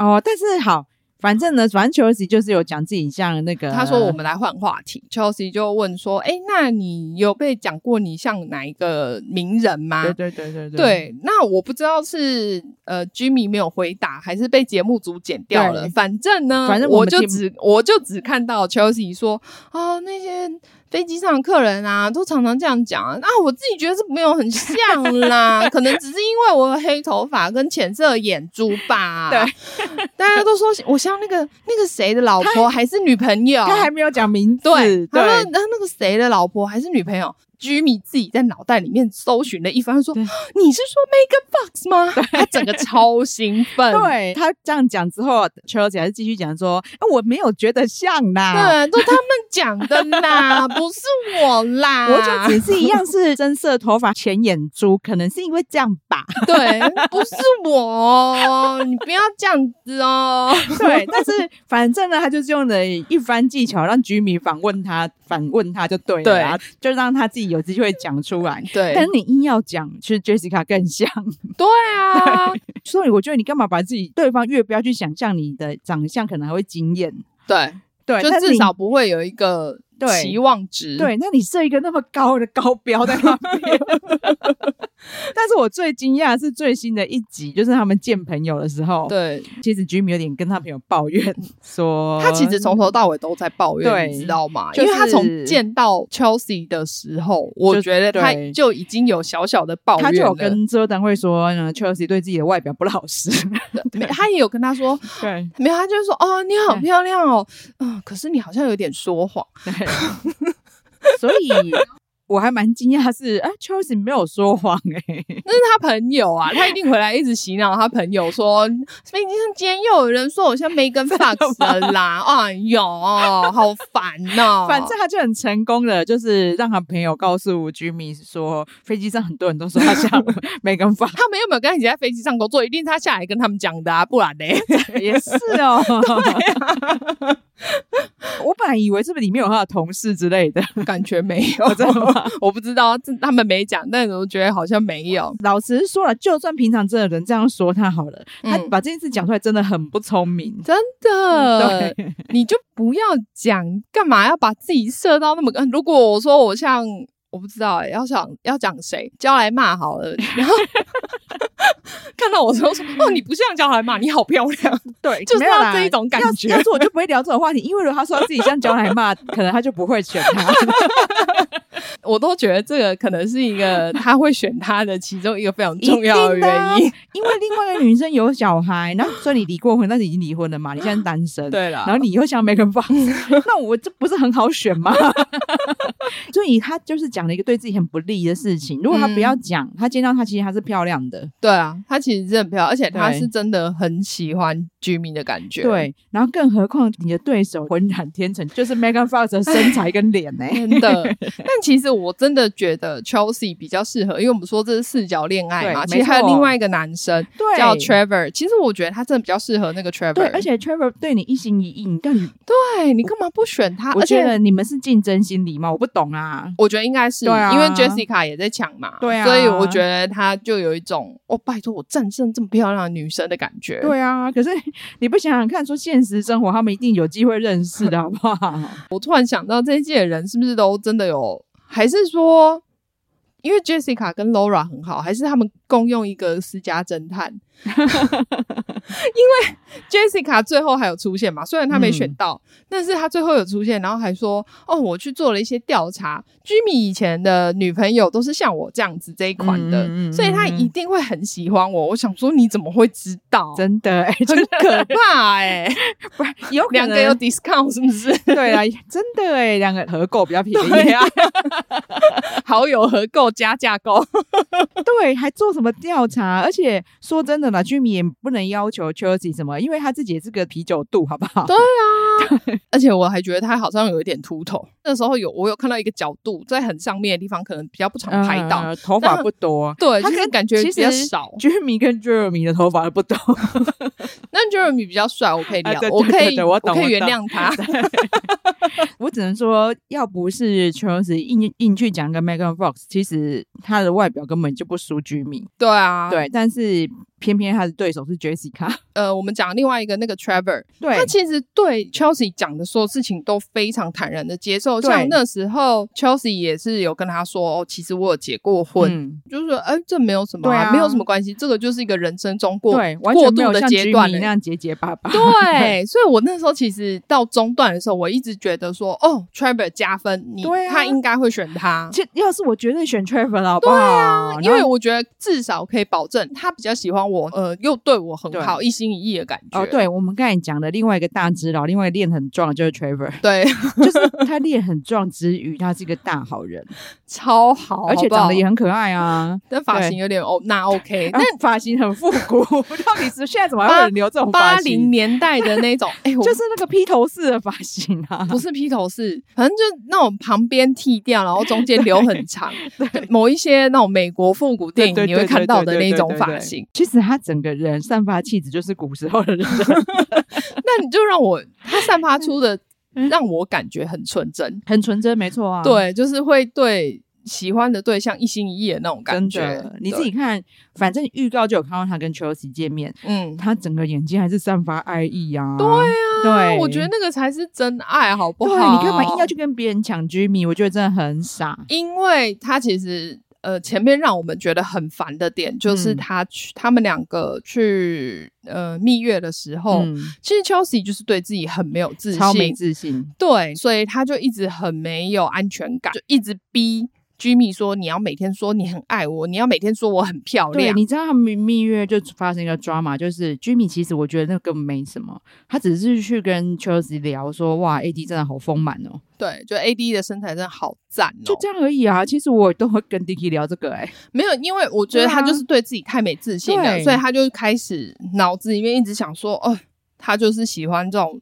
Speaker 2: 哦，但是好，反正呢，反正 Chelsea 就是有讲自己像那个，
Speaker 1: 他说：“我们来换话题。”Chelsea 就问说：“哎、那你有被讲过你像哪一个名人吗？”
Speaker 2: 对对对对对
Speaker 1: 对，那我不知道是呃，Jimmy 没有回答，还是被节目组剪掉了。
Speaker 2: 对
Speaker 1: 反正呢，
Speaker 2: 反正我
Speaker 1: 我
Speaker 2: 们
Speaker 1: 就
Speaker 2: 听
Speaker 1: 只我就只看到 Chelsea 说啊、那些飞机上的客人啊，都常常这样讲啊。我自己觉得是没有很像啦， 可能只是因为我有黑头发跟浅色眼珠吧。对，大家都说我像那个那个谁的老婆还是女朋友，
Speaker 2: 他还没有讲名字，
Speaker 1: 对，他说
Speaker 2: 对
Speaker 1: 那那个谁的老婆还是女朋友，Jimmy 自己在脑袋里面搜寻了一番，说
Speaker 2: 对
Speaker 1: 你是说 Megan Fox 吗？他整个超兴奋，
Speaker 2: 对，他这样讲之后，Chelsea 还是继续讲说：“哎、我没有觉得像啦。”
Speaker 1: 对，都他们讲的啦，不是我 啦，
Speaker 2: 我就只是一样是深色头发、浅眼珠，可能是因为这样 吧。
Speaker 1: 对，不是我哦，你不要这样子哦。
Speaker 2: 对，但是反正呢，他就是用了一番技巧让居民反问他，反问他就对了啊，就让他自己有机会讲出来。
Speaker 1: 对
Speaker 2: 但是你硬要讲，其实 Jessica 更像，
Speaker 1: 对啊，
Speaker 2: 所以我觉得你干嘛把自己对方越不要去想象你的长相，可能还会惊艳。
Speaker 1: 对
Speaker 2: 对，
Speaker 1: 就
Speaker 2: 但是
Speaker 1: 至
Speaker 2: 你
Speaker 1: 少嗯不会有一个
Speaker 2: 对
Speaker 1: 期望值。
Speaker 2: 对，那你设一个那么高的高标在那边。 但是我最惊讶的是最新的一集，就是他们见朋友的时候，，
Speaker 1: 对，
Speaker 2: 其实 Jimmy 有点跟他朋友抱怨说，
Speaker 1: 他其实从头到尾都在抱
Speaker 2: 对
Speaker 1: 怨，你知道吗？
Speaker 2: 就是
Speaker 1: 因为他从见到 Chelsea 的时候，我觉得他
Speaker 2: 对
Speaker 1: 就已经有小小的抱怨
Speaker 2: 他就有
Speaker 1: 了
Speaker 2: 跟制作单位说，
Speaker 1: 呃
Speaker 2: 嗯，Chelsea 对自己的外表不老 实，
Speaker 1: 没他也有跟他说，
Speaker 2: 对，
Speaker 1: 没有，他就是说哦，你好
Speaker 2: 对
Speaker 1: 漂亮哦，嗯，可是你好像有点说谎。
Speaker 2: 所以。我还蛮惊讶，是啊，Chelsea 没有说谎哎、
Speaker 1: 那是他朋友啊，他一定回来一直洗脑他朋友说，飞机上今天又有人说我像梅根 Fox 了啦，哎呦，好烦哦。
Speaker 2: 反正他就很成功的，就是让他朋友告诉 Jimmy 说，飞机上很多人都说他像 Megan Fox，
Speaker 1: 他们又没有跟他一起在飞机上工作，一定是他下来跟他们讲的啊，不然呢？
Speaker 2: 也是哦。啊 我本来以为是不是里面有他的同事之类 的，
Speaker 1: 感觉没有，
Speaker 2: 我知道吗
Speaker 1: 我不知道，这他们没讲，但是我觉得好像没有。
Speaker 2: 老实说了，就算平常真的人这样说他好了，他
Speaker 1: 嗯
Speaker 2: 把这件事讲出来真的很不聪明。
Speaker 1: 真的，
Speaker 2: 嗯对，
Speaker 1: 你就不要讲，干嘛要把自己设到那么高？如果我说我像，我不知道、欸，要想要讲谁，叫来骂好了。 然后看到我说说，哦，你不像叫来骂，你好漂亮，
Speaker 2: 对，
Speaker 1: 就是
Speaker 2: 没有啦
Speaker 1: 要这一种感
Speaker 2: 要
Speaker 1: 觉
Speaker 2: 要是我就不会聊这种话题，因为如果他说他自己像焦奶骂，可能他就不会选他。
Speaker 1: 我都觉得这个可能是一个他会选他的其中一个非常重要
Speaker 2: 一
Speaker 1: 的
Speaker 2: 定的啊
Speaker 1: 原因。
Speaker 2: 因为另外一个女生有小孩， 然后所以你离过婚，但是已经离婚了嘛，你现在是单身，
Speaker 1: 对啊啦
Speaker 2: 然后你又想 Megan Fox，那 我这不是很好选吗？ 所以他就是讲了一个对自己很不利的事情。如果他不要讲，他见到她其实她是漂亮的，
Speaker 1: 对啊，她其实是很漂亮，而且她
Speaker 2: 对
Speaker 1: 是真的很喜欢居民的感觉。。
Speaker 2: 对。然后更何况你的对手浑然天成，就是 Megan Fox 的身材跟脸 呢、
Speaker 1: 真的，但其实我真的觉得 Chelsea 比较适合，因为我们说这是视角恋爱嘛。
Speaker 2: 对
Speaker 1: 其实还有
Speaker 2: 没错
Speaker 1: 另外一个男生
Speaker 2: 对
Speaker 1: 叫 Trevor，其实我觉得他真的比较适合那个 Trevor。
Speaker 2: 对，而且 Trevor 对你一心一意，你到底
Speaker 1: 对你干嘛不选他？
Speaker 2: 我
Speaker 1: 啊而
Speaker 2: 觉
Speaker 1: 且
Speaker 2: 得你们是竞争心理吗？我不懂啊。
Speaker 1: 我觉得应该是，
Speaker 2: 对啊
Speaker 1: 因为 Jessica 也在抢嘛，
Speaker 2: 对啊
Speaker 1: 所以我觉得他就有一种哦，拜托我战胜这么漂亮的女生的感觉。
Speaker 2: 对啊，可是你不想想看，说现实生活他们一定有机会认识的，好不 好？
Speaker 1: 我突然想到这一届的人是不是都真的有，还是说？因为 Jessica 跟 Laura 很好，还是他们共用一个私家 侦探？因为 Jessica 最后还有出现嘛，虽然她没
Speaker 2: 嗯
Speaker 1: 选到，但是她最后有出现，然后还说：“哦，我去做了一些调查，Jimmy 以前的女朋友都是像我这样子这一款的，
Speaker 2: 嗯嗯嗯
Speaker 1: 所以她一定会很喜欢我。”我想说，你怎么会知道？
Speaker 2: 真的、欸，就
Speaker 1: 很
Speaker 2: 是
Speaker 1: 可怕哎、
Speaker 2: 不然有可
Speaker 1: 两
Speaker 2: 能
Speaker 1: 个有 discount 是不是？
Speaker 2: 对啊，真的哎、两个合购比较便宜，
Speaker 1: 对呀、好友合购加价购，
Speaker 2: 对，还做什么调查？而且说真的啦，居民也不能要求 Chelsea 什么，因为他自己也是个啤酒肚，好不 好？
Speaker 1: 而且我还觉得他好像有一点秃头。那时候有我有看到一个角度，在很上面的地方可能比较不常拍到，
Speaker 2: 呃头发不多，
Speaker 1: 对，
Speaker 2: 他
Speaker 1: 就是
Speaker 2: 跟
Speaker 1: 呃感觉
Speaker 2: 其
Speaker 1: 比
Speaker 2: 实
Speaker 1: 较少。
Speaker 2: 居民跟 Jeremy 的头发都不多，
Speaker 1: 那 Jeremy 比较帅，我可以
Speaker 2: 啊
Speaker 1: 聊
Speaker 2: 对，
Speaker 1: 我可
Speaker 2: 对对
Speaker 1: 以，
Speaker 2: 对我懂
Speaker 1: 可以
Speaker 2: 我
Speaker 1: 原
Speaker 2: 懂
Speaker 1: 谅他。
Speaker 2: 我只能说，要不是 Chelsea 硬硬去讲跟 Megan Fox，其实他的外表根本就不输居民。
Speaker 1: 对啊，，
Speaker 2: 对，但是偏偏他的对手是 Jessica，
Speaker 1: 呃，我们讲另外一个那个 Trevor，
Speaker 2: 对
Speaker 1: 他其实对 Chelsea 讲的所有事情都非常坦然的接受。
Speaker 2: 对
Speaker 1: 像那时候 Chelsea 也是有跟他说，哦，其实我有结过婚，
Speaker 2: 嗯
Speaker 1: 就是哎、这没有什么、
Speaker 2: 对啊
Speaker 1: 没有什么关系，这个就是一个人生中过
Speaker 2: 对，完
Speaker 1: 过
Speaker 2: 全没
Speaker 1: 渡
Speaker 2: 有
Speaker 1: 的
Speaker 2: 像
Speaker 1: 阶
Speaker 2: Jimmy
Speaker 1: 段
Speaker 2: 那
Speaker 1: 了。
Speaker 2: 样结结巴巴。
Speaker 1: 对，所以我那时候其实到中段的时候，我一直觉得说，哦，Trevor 加分，你、
Speaker 2: 对啊
Speaker 1: 他应该会选他，
Speaker 2: 就要是我绝对选 Trevor 了，好不好？然
Speaker 1: 啊因为
Speaker 2: 后
Speaker 1: 我觉得至少可以保证他比较喜欢我，呃，又对我很好，一心一意的感觉。
Speaker 2: 哦，对，我们刚才讲的另外一个大只佬，另外练很壮的就是 Trevor，
Speaker 1: 对，
Speaker 2: 就是他练很壮之余，他是一个大好人，
Speaker 1: 超哦好，
Speaker 2: 而且
Speaker 1: 好不好
Speaker 2: 长得也很可爱啊。
Speaker 1: 但发型有点哦，那 OK，
Speaker 2: 那
Speaker 1: 那
Speaker 2: 发型很复古， 到底是现在怎么还有人留这种
Speaker 1: 八
Speaker 2: 发
Speaker 1: 零
Speaker 2: 型？
Speaker 1: 年代的那种， 哎、我
Speaker 2: 就是那个披头士的发型啊，
Speaker 1: 不是披头士，反正就那种旁边剃掉，然后中间留很长，某一些那种美国复古电
Speaker 2: 对对
Speaker 1: 影你会
Speaker 2: 对
Speaker 1: 看
Speaker 2: 对
Speaker 1: 到
Speaker 2: 对
Speaker 1: 的
Speaker 2: 对
Speaker 1: 那
Speaker 2: 对
Speaker 1: 种
Speaker 2: 对
Speaker 1: 发
Speaker 2: 对
Speaker 1: 型。
Speaker 2: 其实他整个人散发气质就是古时候的人，啊
Speaker 1: 那你就让我，它散发出的让我感觉很纯真，
Speaker 2: 嗯很纯真，没错啊。
Speaker 1: 对，就是会对喜欢的对象一心一意的那种感
Speaker 2: 真
Speaker 1: 觉。
Speaker 2: 的，你
Speaker 1: 对
Speaker 2: 自己看，反正预告就有看到他跟 Chelsea 见面，
Speaker 1: 嗯，
Speaker 2: 他整个眼睛还是散发爱意啊。
Speaker 1: 对啊，
Speaker 2: 对
Speaker 1: 我觉得那个才是真爱，好不好？
Speaker 2: 对，你干嘛硬要去跟别人抢 Jimmy？我觉得真的很傻。
Speaker 1: 因为他其实呃，前面让我们觉得很烦的点就是
Speaker 2: 嗯
Speaker 1: 他去、他们两个去呃蜜月的时候，
Speaker 2: 嗯
Speaker 1: 其实 Chelsea 就是对自己很没有自信，
Speaker 2: 超没自信。
Speaker 1: 对，所以他就一直很没有安全感，就一直逼 Jimmy 说你要每天说你很爱我，你要每天说我很漂
Speaker 2: 对，
Speaker 1: 亮。
Speaker 2: 你知道他们蜜月就发生一个 drama，就是 Jimmy 其实我觉得那根本没什么，他只是去跟 Chelsea 聊说，哇，AD 真的好丰满哦，
Speaker 1: 对，就 AD 的身材真的好赞哦、
Speaker 2: 就这样而已啊。其实我都会跟 Dicky 聊这个、哎，
Speaker 1: 没有，因为我觉得
Speaker 2: 对啊
Speaker 1: 他就是对自己太没自信了，
Speaker 2: 对
Speaker 1: 所以他就开始脑子里面一直想说，哦，他就是喜欢这种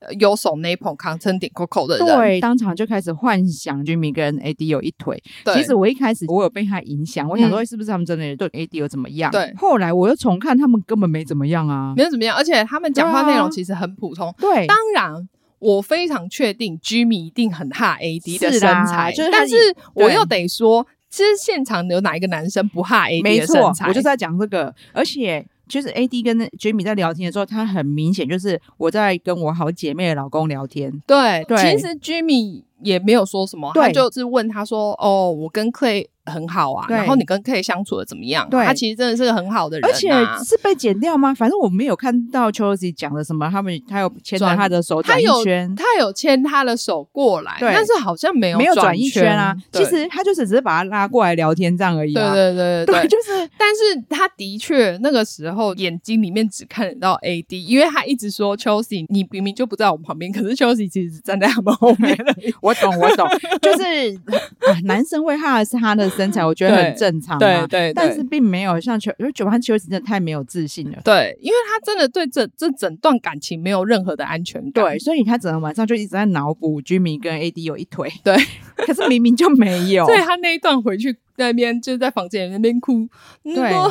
Speaker 1: 呃有手那一捧扛撑顶扣扣的人。
Speaker 2: 对，当场就开始幻想 Jimmy 跟 AD 有一腿。
Speaker 1: 对，
Speaker 2: 其实我一开始我有被他影响，我想说
Speaker 1: 嗯
Speaker 2: 哎是不是他们真的对 AD 有怎么样？
Speaker 1: 对
Speaker 2: 后来我又重看，他们根本没怎么样啊。
Speaker 1: 没有怎么样，而且他们讲话
Speaker 2: 对啊
Speaker 1: 内容其实很普通。
Speaker 2: 对，
Speaker 1: 当然，我非常确定 Jimmy 一定很怕 AD 的
Speaker 2: 是
Speaker 1: 身
Speaker 2: 啦
Speaker 1: 材，
Speaker 2: 就是他
Speaker 1: 但
Speaker 2: 一
Speaker 1: 是我
Speaker 2: 对
Speaker 1: 又得说，其实现场有哪一个男生不怕 AD
Speaker 2: 没
Speaker 1: 的
Speaker 2: 错
Speaker 1: 身，材？
Speaker 2: 我就是在讲这个，而且。就是 A D 跟 Jimmy 在聊天的时候，他很明显就是我在跟我好姐妹的老公聊天，
Speaker 1: 对，
Speaker 2: 对
Speaker 1: 其实 Jimmy 也没有说什么，他
Speaker 2: 对
Speaker 1: 就是问他说：“哦，我跟 Clay 很好啊，
Speaker 2: 对
Speaker 1: 然后你跟 Clay 相处的怎么样啊？”
Speaker 2: 对
Speaker 1: 他其实真的是个很好的人、啊，
Speaker 2: 而且是被剪掉吗？反正我没有看到 Chelsea 讲的什么，他们他有牵着
Speaker 1: 转
Speaker 2: 他的手
Speaker 1: 他
Speaker 2: 转一
Speaker 1: 有
Speaker 2: 圈，
Speaker 1: 他有牵他的手过来，
Speaker 2: 对
Speaker 1: 但是好像没有
Speaker 2: 没有
Speaker 1: 转
Speaker 2: 转一圈啊。其
Speaker 1: 对
Speaker 2: 实他就是只是把他拉过来聊天这样而已
Speaker 1: 对
Speaker 2: 啊。
Speaker 1: 对对对对，
Speaker 2: 就是
Speaker 1: 但是他的确那个时候眼睛里面只看得到 AD，因为他一直说 Chelsea，你明明就不在我们旁边，可是 Chelsea 其实站在他们后 面而已
Speaker 2: 我懂我懂， 就是、啊、男生会怕的是他的身材，我觉得
Speaker 1: 对
Speaker 2: 很正常、啊。
Speaker 1: 对对对
Speaker 2: 但是并没有像球，因为九班 Chelsea 真的太没有自信了。
Speaker 1: 对，因为他真的对这这整段感情没有任何的安全感。
Speaker 2: 对，所以他整个晚上就一直在脑补居民跟 AD 有一腿，
Speaker 1: 对，
Speaker 2: 可是明明就没 有。
Speaker 1: 所以他那一段回去那边就是在房间里那边哭，你
Speaker 2: 对
Speaker 1: 都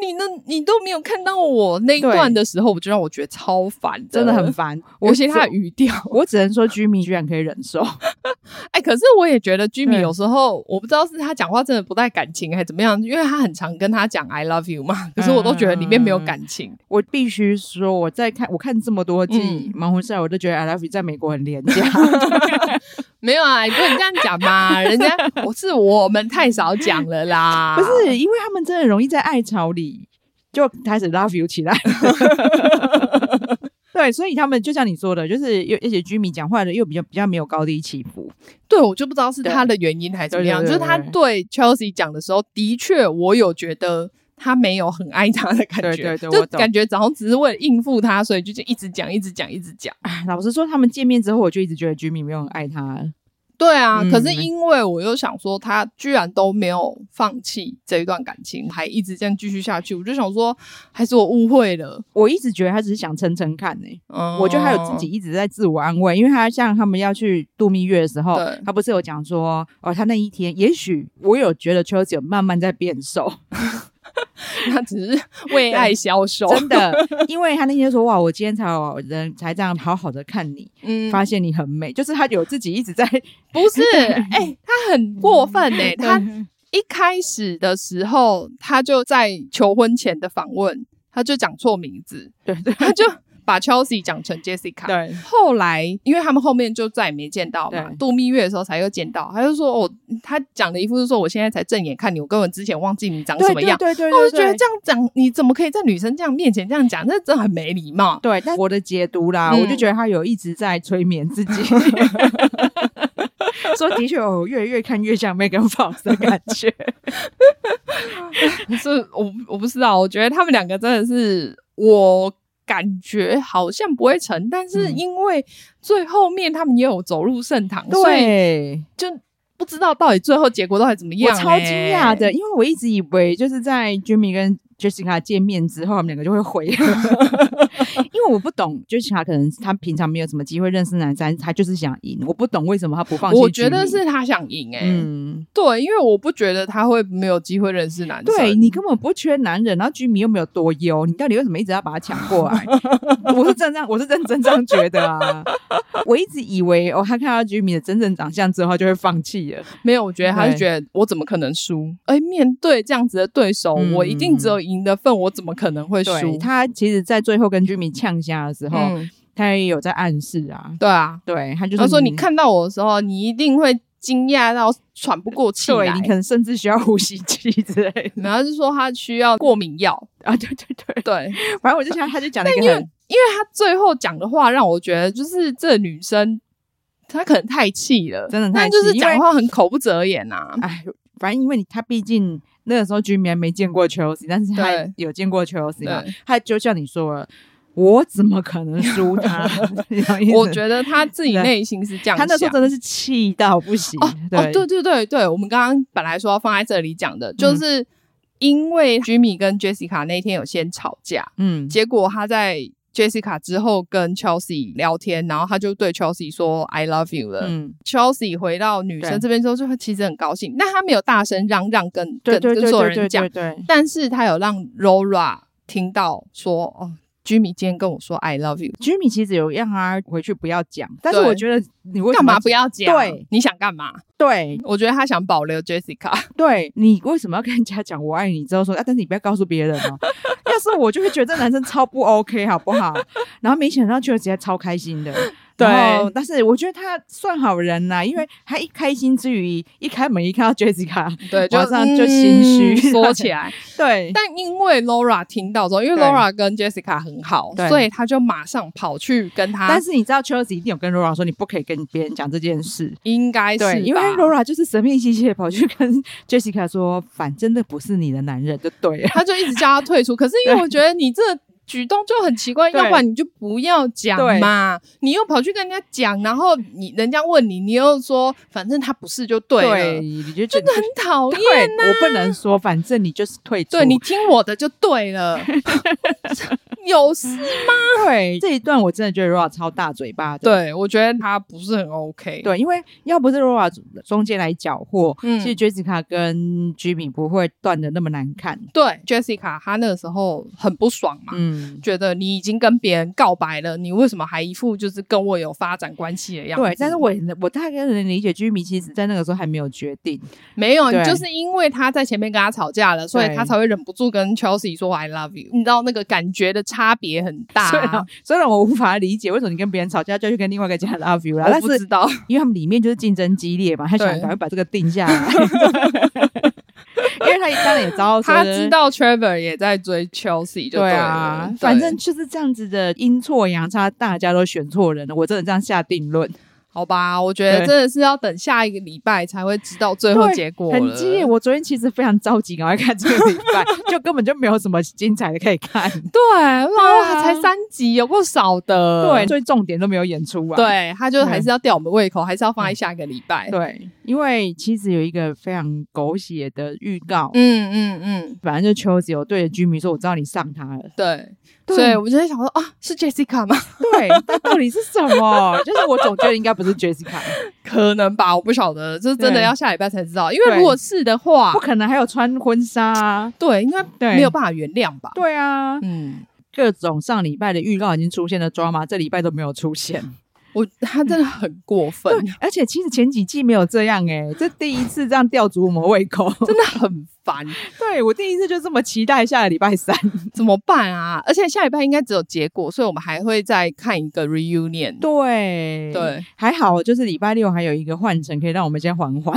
Speaker 1: 你那你都没有看到我那一段的时候，我就让我觉得超烦的，
Speaker 2: 真的很。烦，
Speaker 1: 尤其他的
Speaker 2: 只
Speaker 1: 语调，
Speaker 2: 我只能说居民居然可以忍受。
Speaker 1: 哎、可是我也觉得居民
Speaker 2: 对
Speaker 1: 有时候我不知道是他讲话真的不带感情，还是怎么样，因为他很常跟他讲 “I love you” 嘛，可是我都觉得里面
Speaker 2: 嗯
Speaker 1: 没有感情。
Speaker 2: 我必须说，我在看我看这么多季
Speaker 1: 嗯
Speaker 2: 《盲婚赛》，我都觉得 I Love You 在美国很廉 价。
Speaker 1: 没有啊，你不能这样讲嘛，人 家我是我们太少讲了啦。
Speaker 2: 不是，因为他们真的容易在爱巢里就开始 love you 起来。对，所以他们就像你说的，就是又而且居民讲话的又比较比较没有高低起伏，
Speaker 1: 对，我就不知道是他的原因还是怎么样。
Speaker 2: 对对
Speaker 1: 就是
Speaker 2: 对
Speaker 1: 他对 Chelsea 讲的时候，的确我有觉得他没有很爱他的感
Speaker 2: 对
Speaker 1: 觉，
Speaker 2: 对对
Speaker 1: 就
Speaker 2: 我懂
Speaker 1: 感觉好像只是为了应付他，所以就就一直讲，一直讲，一直讲。
Speaker 2: 啊老实说，他们见面之后，我就一直觉得居民没有很爱他。
Speaker 1: 对啊，
Speaker 2: 嗯
Speaker 1: 可是因为我又想说，他居然都没有放弃这一段感情，还一直这样继续下去，我就想说，还是我误会了。
Speaker 2: 我一直觉得他只是想撑撑看呢、欸
Speaker 1: 嗯，
Speaker 2: 我觉得他有自己一直在自我安慰，因为他像他们要去度蜜月的时候
Speaker 1: 对，
Speaker 2: 他不是有讲说，哦，他那一天，也许我有觉得 Chelsea 有慢慢在变瘦，
Speaker 1: 嗯他只是为爱消 瘦。
Speaker 2: 真的，因为他那天说，哇，我今天才有人才这样好好的看你，
Speaker 1: 嗯，
Speaker 2: 发现你很美，就是他有自己一直 在
Speaker 1: 不 是，哎、他很过分哎、他
Speaker 2: 对
Speaker 1: 一开始的时候，他就在求婚前的访问，他就讲错名字，
Speaker 2: 对对
Speaker 1: 他就把 Chelsea 讲成 Jessica。，
Speaker 2: 对
Speaker 1: 后来因为他们后面就再也没见到嘛
Speaker 2: 对，
Speaker 1: 度蜜月的时候才又见到，他就说哦，他讲的一副是说我现在才正眼看你，我根本之前忘记你长什
Speaker 2: 对
Speaker 1: 么样
Speaker 2: 对。对对，
Speaker 1: 那我就觉得
Speaker 2: 对
Speaker 1: 这样讲，你怎么可以在女生这样面前这样讲？那真的很没 礼貌。
Speaker 2: 对，但我的解读啦，
Speaker 1: 嗯
Speaker 2: 我就觉得他有一直在催眠自 己。说的确，我越越看越像 Megan Fox 的感觉。
Speaker 1: 是啊我我不知道，我觉得他们两个真的是我。感觉好像不会成，但是
Speaker 2: 嗯
Speaker 1: 因为最后面他们也有走入盛唐，所 以
Speaker 2: 对，
Speaker 1: 就不知道到底最后结果到底怎么
Speaker 2: 我
Speaker 1: 样、欸
Speaker 2: 欸超惊讶的，，因为我一直以为就是在 Jimmy 跟 Jessica 见面之后，他们两个就会回 了，因为我不懂 Jessica 可能他平常没有什么机会认识男生，他就是想赢，我不懂为什么他不放弃。
Speaker 1: 我觉得，是他想赢哎、
Speaker 2: 嗯，
Speaker 1: 对，因为我不觉得他会没有机会认识男生。
Speaker 2: 对你根本不缺男人，然后居民又没有多优，你到底为什么一直要把他抢过 来？我是真这样，我是认真这样觉得啊。我一直以为哦，他看到居民的真正长相之后，他就会放弃了。
Speaker 1: 没有，我觉得他
Speaker 2: 对
Speaker 1: 是觉得我怎么可能输？哎，面对这样子的对手，
Speaker 2: 嗯
Speaker 1: 我一定只有赢的份，我怎么可能会
Speaker 2: 对
Speaker 1: 输？
Speaker 2: 他其实，在最后跟居民呛下的时候，
Speaker 1: 嗯，
Speaker 2: 他也有在暗示啊。
Speaker 1: 对啊，
Speaker 2: 对他就是
Speaker 1: 他说你看到我的时候，你一定会惊讶到喘不过气
Speaker 2: 对
Speaker 1: 来
Speaker 2: 你。可能甚至需要呼吸机之类的
Speaker 1: 然后就说他需要过敏药，
Speaker 2: 啊，对对对，
Speaker 1: 对，
Speaker 2: 反正我就想他就讲了一
Speaker 1: 因
Speaker 2: 个
Speaker 1: 为
Speaker 2: 很
Speaker 1: 因为他最后讲的话让我觉得，就是这女生她可能太气了，
Speaker 2: 真的太
Speaker 1: 但
Speaker 2: 气
Speaker 1: 就是
Speaker 2: 因
Speaker 1: 讲
Speaker 2: 为
Speaker 1: 话很口不择言 啊。
Speaker 2: 哎，反正因为你他毕竟那个时候居民还没见过 Chelsea，但是他
Speaker 1: 对
Speaker 2: 有见过 Chelsea 嘛
Speaker 1: 对，
Speaker 2: 他就像你说了，我怎么可能输他？
Speaker 1: 我
Speaker 2: 得
Speaker 1: 觉得她自己
Speaker 2: 对
Speaker 1: 内心是这样想，
Speaker 2: 他那时候真的是气到不行，
Speaker 1: 哦
Speaker 2: 对、
Speaker 1: 哦，对对对对，我们刚刚本来说要放在这里讲的，
Speaker 2: 嗯
Speaker 1: 就是因为 Jimmy 跟 Jessica 那天有先吵架，
Speaker 2: 嗯，
Speaker 1: 结果他在 Jessica 之后跟 Chelsea 聊天，然后他就对 Chelsea 说 “I love you” 了。
Speaker 2: 嗯，
Speaker 1: Chelsea 回到女生
Speaker 2: 对
Speaker 1: 这边之后，就会其实很高兴，但他没有大声嚷嚷跟
Speaker 2: 对
Speaker 1: 跟
Speaker 2: 对
Speaker 1: 跟
Speaker 2: 对
Speaker 1: 所有
Speaker 2: 对对
Speaker 1: 人讲
Speaker 2: 对，对，
Speaker 1: 但是他有让 Rora 听到说：“哦，Jimmy 今天跟我说 ‘I love you’，
Speaker 2: 居民其实有让他回去不要讲，但是
Speaker 1: 对
Speaker 2: 我觉得你为什
Speaker 1: 干
Speaker 2: 么
Speaker 1: 嘛不要讲？
Speaker 2: 对，
Speaker 1: 你想干嘛？
Speaker 2: 对
Speaker 1: 我觉得他想保留 Jessica。”
Speaker 2: 对你为什么要跟人家讲我爱你之后说啊？但是你不要告诉别人哦。要是我就会觉得这男生超不 OK，好不好？然后没想到就直接超开心的。
Speaker 1: 对
Speaker 2: 然后但是我觉得他算好人呐、因为他一开心之余，一开门一看到 Jessica，
Speaker 1: 对，就
Speaker 2: 马上就心虚
Speaker 1: 嗯缩起来。
Speaker 2: 对
Speaker 1: 但因为 Laura 听到之后，因为
Speaker 2: 对
Speaker 1: Laura 跟 Jessica 很好，
Speaker 2: 对
Speaker 1: 所以他就马上跑去跟他
Speaker 2: 但，是你知道 Chelsea 一定有跟 Laura 说，你不可以跟别人讲这件事。
Speaker 1: 应该是吧
Speaker 2: 对，因为 Laura 就是神秘兮兮的跑去跟 Jessica 说，反正那不是你的男人，就对了。
Speaker 1: 他就一直叫他退出。可是因为
Speaker 2: 对
Speaker 1: 我觉得你这。举动就很奇怪，
Speaker 2: 对
Speaker 1: 要不然你就不要讲
Speaker 2: 对
Speaker 1: 嘛，你又跑去跟人家讲，然后你人家问你，你又说反正他不是就对了，
Speaker 2: 你就觉
Speaker 1: 真
Speaker 2: 得
Speaker 1: 的很讨厌。啊
Speaker 2: 对，我不能说，反正你就是退出。
Speaker 1: 对你听我的就对 了， 有事
Speaker 2: 对这一段，我真的觉得 Rora 超大嘴巴的。
Speaker 1: 对我觉得他不是很 OK。
Speaker 2: 对，因为要不是 Rora 中间来搅和，
Speaker 1: 嗯
Speaker 2: 其实 Jessica 跟 Jimmy 不会断的那么难看。啊
Speaker 1: 对，Jessica 她那个时候很不爽嘛，
Speaker 2: 嗯，
Speaker 1: 觉得你已经跟别人告白了，你为什么还一副就是跟我有发展关系的样子？
Speaker 2: 对，但是我也能我大概能理解 Jimmy，其实在那个时候还没有决定。
Speaker 1: 没有，
Speaker 2: 对
Speaker 1: 就是因为他在前面跟他吵架了，所以
Speaker 2: 对
Speaker 1: 他才会忍不住跟 Chelsea 说 “I love you”。你知道那个感觉的差别很 大、
Speaker 2: 虽然
Speaker 1: 啊。
Speaker 2: 虽然我无法理解为什么你跟别人吵架就要去跟另外一个讲 love you 啦，
Speaker 1: 我
Speaker 2: 但
Speaker 1: 不知
Speaker 2: 是
Speaker 1: 道，
Speaker 2: 因为他们里面就是竞争激烈嘛，他想
Speaker 1: 对
Speaker 2: 赶快把这个定下来。 因为他当然也知道说，
Speaker 1: 他知道 Trevor 也在追 Chelsea，就
Speaker 2: 对
Speaker 1: 了
Speaker 2: 啊，
Speaker 1: 对
Speaker 2: 反正就是这样子的阴错阳差，大家都选错人了。我真的这样下定论，
Speaker 1: 好吧，我觉得
Speaker 2: 对
Speaker 1: 真的是要等下一个礼拜才会知道最后结果了。
Speaker 2: 很激烈。我昨天其实非常着急，赶快看这个礼 拜，就根本就没有什么精彩的可以看。
Speaker 1: 对，哇，
Speaker 2: 啊
Speaker 1: 才三集，有够少的。
Speaker 2: 对，所以重点都没有演出啊。
Speaker 1: 对，他就还
Speaker 2: 呃对嗯
Speaker 1: 是要吊我们胃口，还是要放在下一个礼拜。
Speaker 2: 对，因为其实有一个非常狗血的预告，
Speaker 1: 嗯嗯嗯，
Speaker 2: 反正就秋子有对着居民说：“我知道你上他了。
Speaker 1: 对，
Speaker 2: 对
Speaker 1: 所以我就在想说啊，是 Jessica 吗？”
Speaker 2: 对，但到底是什么？就是我总觉得应该不是 Jessica，
Speaker 1: 可能吧，我不晓得，就是真的
Speaker 2: 对
Speaker 1: 要下礼拜才知道，因为
Speaker 2: 对
Speaker 1: 如果是的话
Speaker 2: 不，可能还有穿婚纱啊。
Speaker 1: 对，应该
Speaker 2: 对
Speaker 1: 没有办法原谅吧。
Speaker 2: 对啊，
Speaker 1: 嗯，
Speaker 2: 各种上礼拜的预告已经出现了抓马，这礼拜都没有出现。
Speaker 1: 我他真的很过分
Speaker 2: 对，，而且其实前几季没有这样哎、这第一次这样吊足我们胃口。
Speaker 1: 真的很烦，
Speaker 2: 对我第一次就这么期待下个礼拜三。
Speaker 1: 怎么办啊？而且下礼拜应该只有结果，所以我们还会再看一个 reunion。
Speaker 2: 对
Speaker 1: 对，
Speaker 2: 还好就是礼拜六还有一个换乘，可以让我们先缓 缓。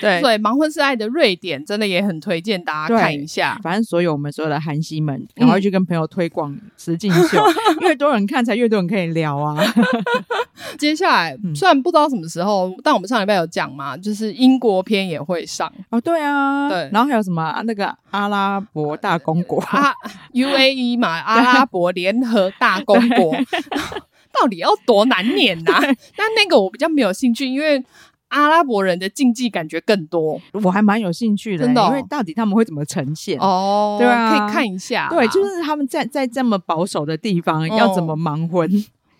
Speaker 2: 对
Speaker 1: 对，《盲婚是爱》的瑞典真的也很推荐大家
Speaker 2: 对
Speaker 1: 看一下。
Speaker 2: 反正所有我们所有的韩星们，赶快去跟朋友推广石进秀， 越多人看才越多人可以聊啊。
Speaker 1: 接下来
Speaker 2: 嗯
Speaker 1: 虽然不知道什么时候，但我们上礼拜有讲嘛，就是英国篇也会上
Speaker 2: 哦，对啊，
Speaker 1: 对
Speaker 2: 然后还有什么啊那个阿拉伯大公国啊？
Speaker 1: 啊，UAE 嘛， 阿拉伯联合大公啊 国，到底要多难念呐、但那个我比较没有兴趣，因为。阿拉伯人的禁忌感觉更多
Speaker 2: 我还蛮有兴趣的,、欸
Speaker 1: 真的哦
Speaker 2: 因为到底他们会怎么呈现？
Speaker 1: 哦
Speaker 2: 对啊
Speaker 1: 可以看一下啦，
Speaker 2: 对，就是他们在在这么保守的地方，
Speaker 1: 哦
Speaker 2: 要怎么盲婚？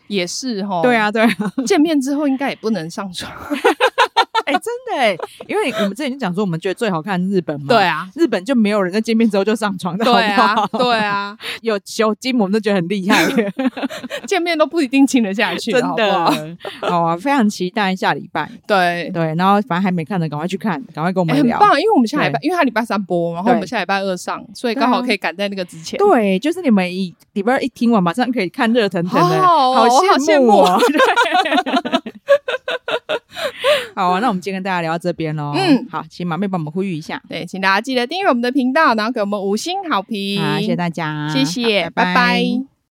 Speaker 1: 也是哈，
Speaker 2: 对，啊，对 啊，
Speaker 1: 见面之后应该也不能上床，
Speaker 2: 哎、真的哎、因为我们之前就讲说，我们觉得最好看日本嘛，
Speaker 1: 对，啊，
Speaker 2: 日本就没有人在见面之后就上床的，
Speaker 1: 对
Speaker 2: 好不
Speaker 1: 啊
Speaker 2: 好，
Speaker 1: 对啊，
Speaker 2: 有酒精我们都觉得很厉害，
Speaker 1: 见面都不一定亲得下 去，
Speaker 2: 真
Speaker 1: 好不
Speaker 2: 的
Speaker 1: 好？，
Speaker 2: 好啊，非常期待下礼拜。
Speaker 1: 对。
Speaker 2: 对，然后反正还没看的，赶快去看，赶快跟我
Speaker 1: 哎
Speaker 2: 们
Speaker 1: 很
Speaker 2: 聊。
Speaker 1: 棒，因为我们下礼拜，因为他礼拜三播，然后
Speaker 2: 对啊
Speaker 1: 我们下礼拜二上，所以刚好可以赶在那个之前。
Speaker 2: 对，就是你们一礼拜一听完，马上可以看热腾腾的，
Speaker 1: 好
Speaker 2: 好
Speaker 1: 我好
Speaker 2: 羡
Speaker 1: 羡慕啊
Speaker 2: 哦。对 好啊，那我们今天跟大家聊到这边喽。
Speaker 1: 嗯
Speaker 2: 好，请马妹帮我们呼吁一下，
Speaker 1: 对，请大家记得订阅我们的频道，然后给我们五星好评。
Speaker 2: 好，谢谢大家，
Speaker 1: 嗯谢谢，拜拜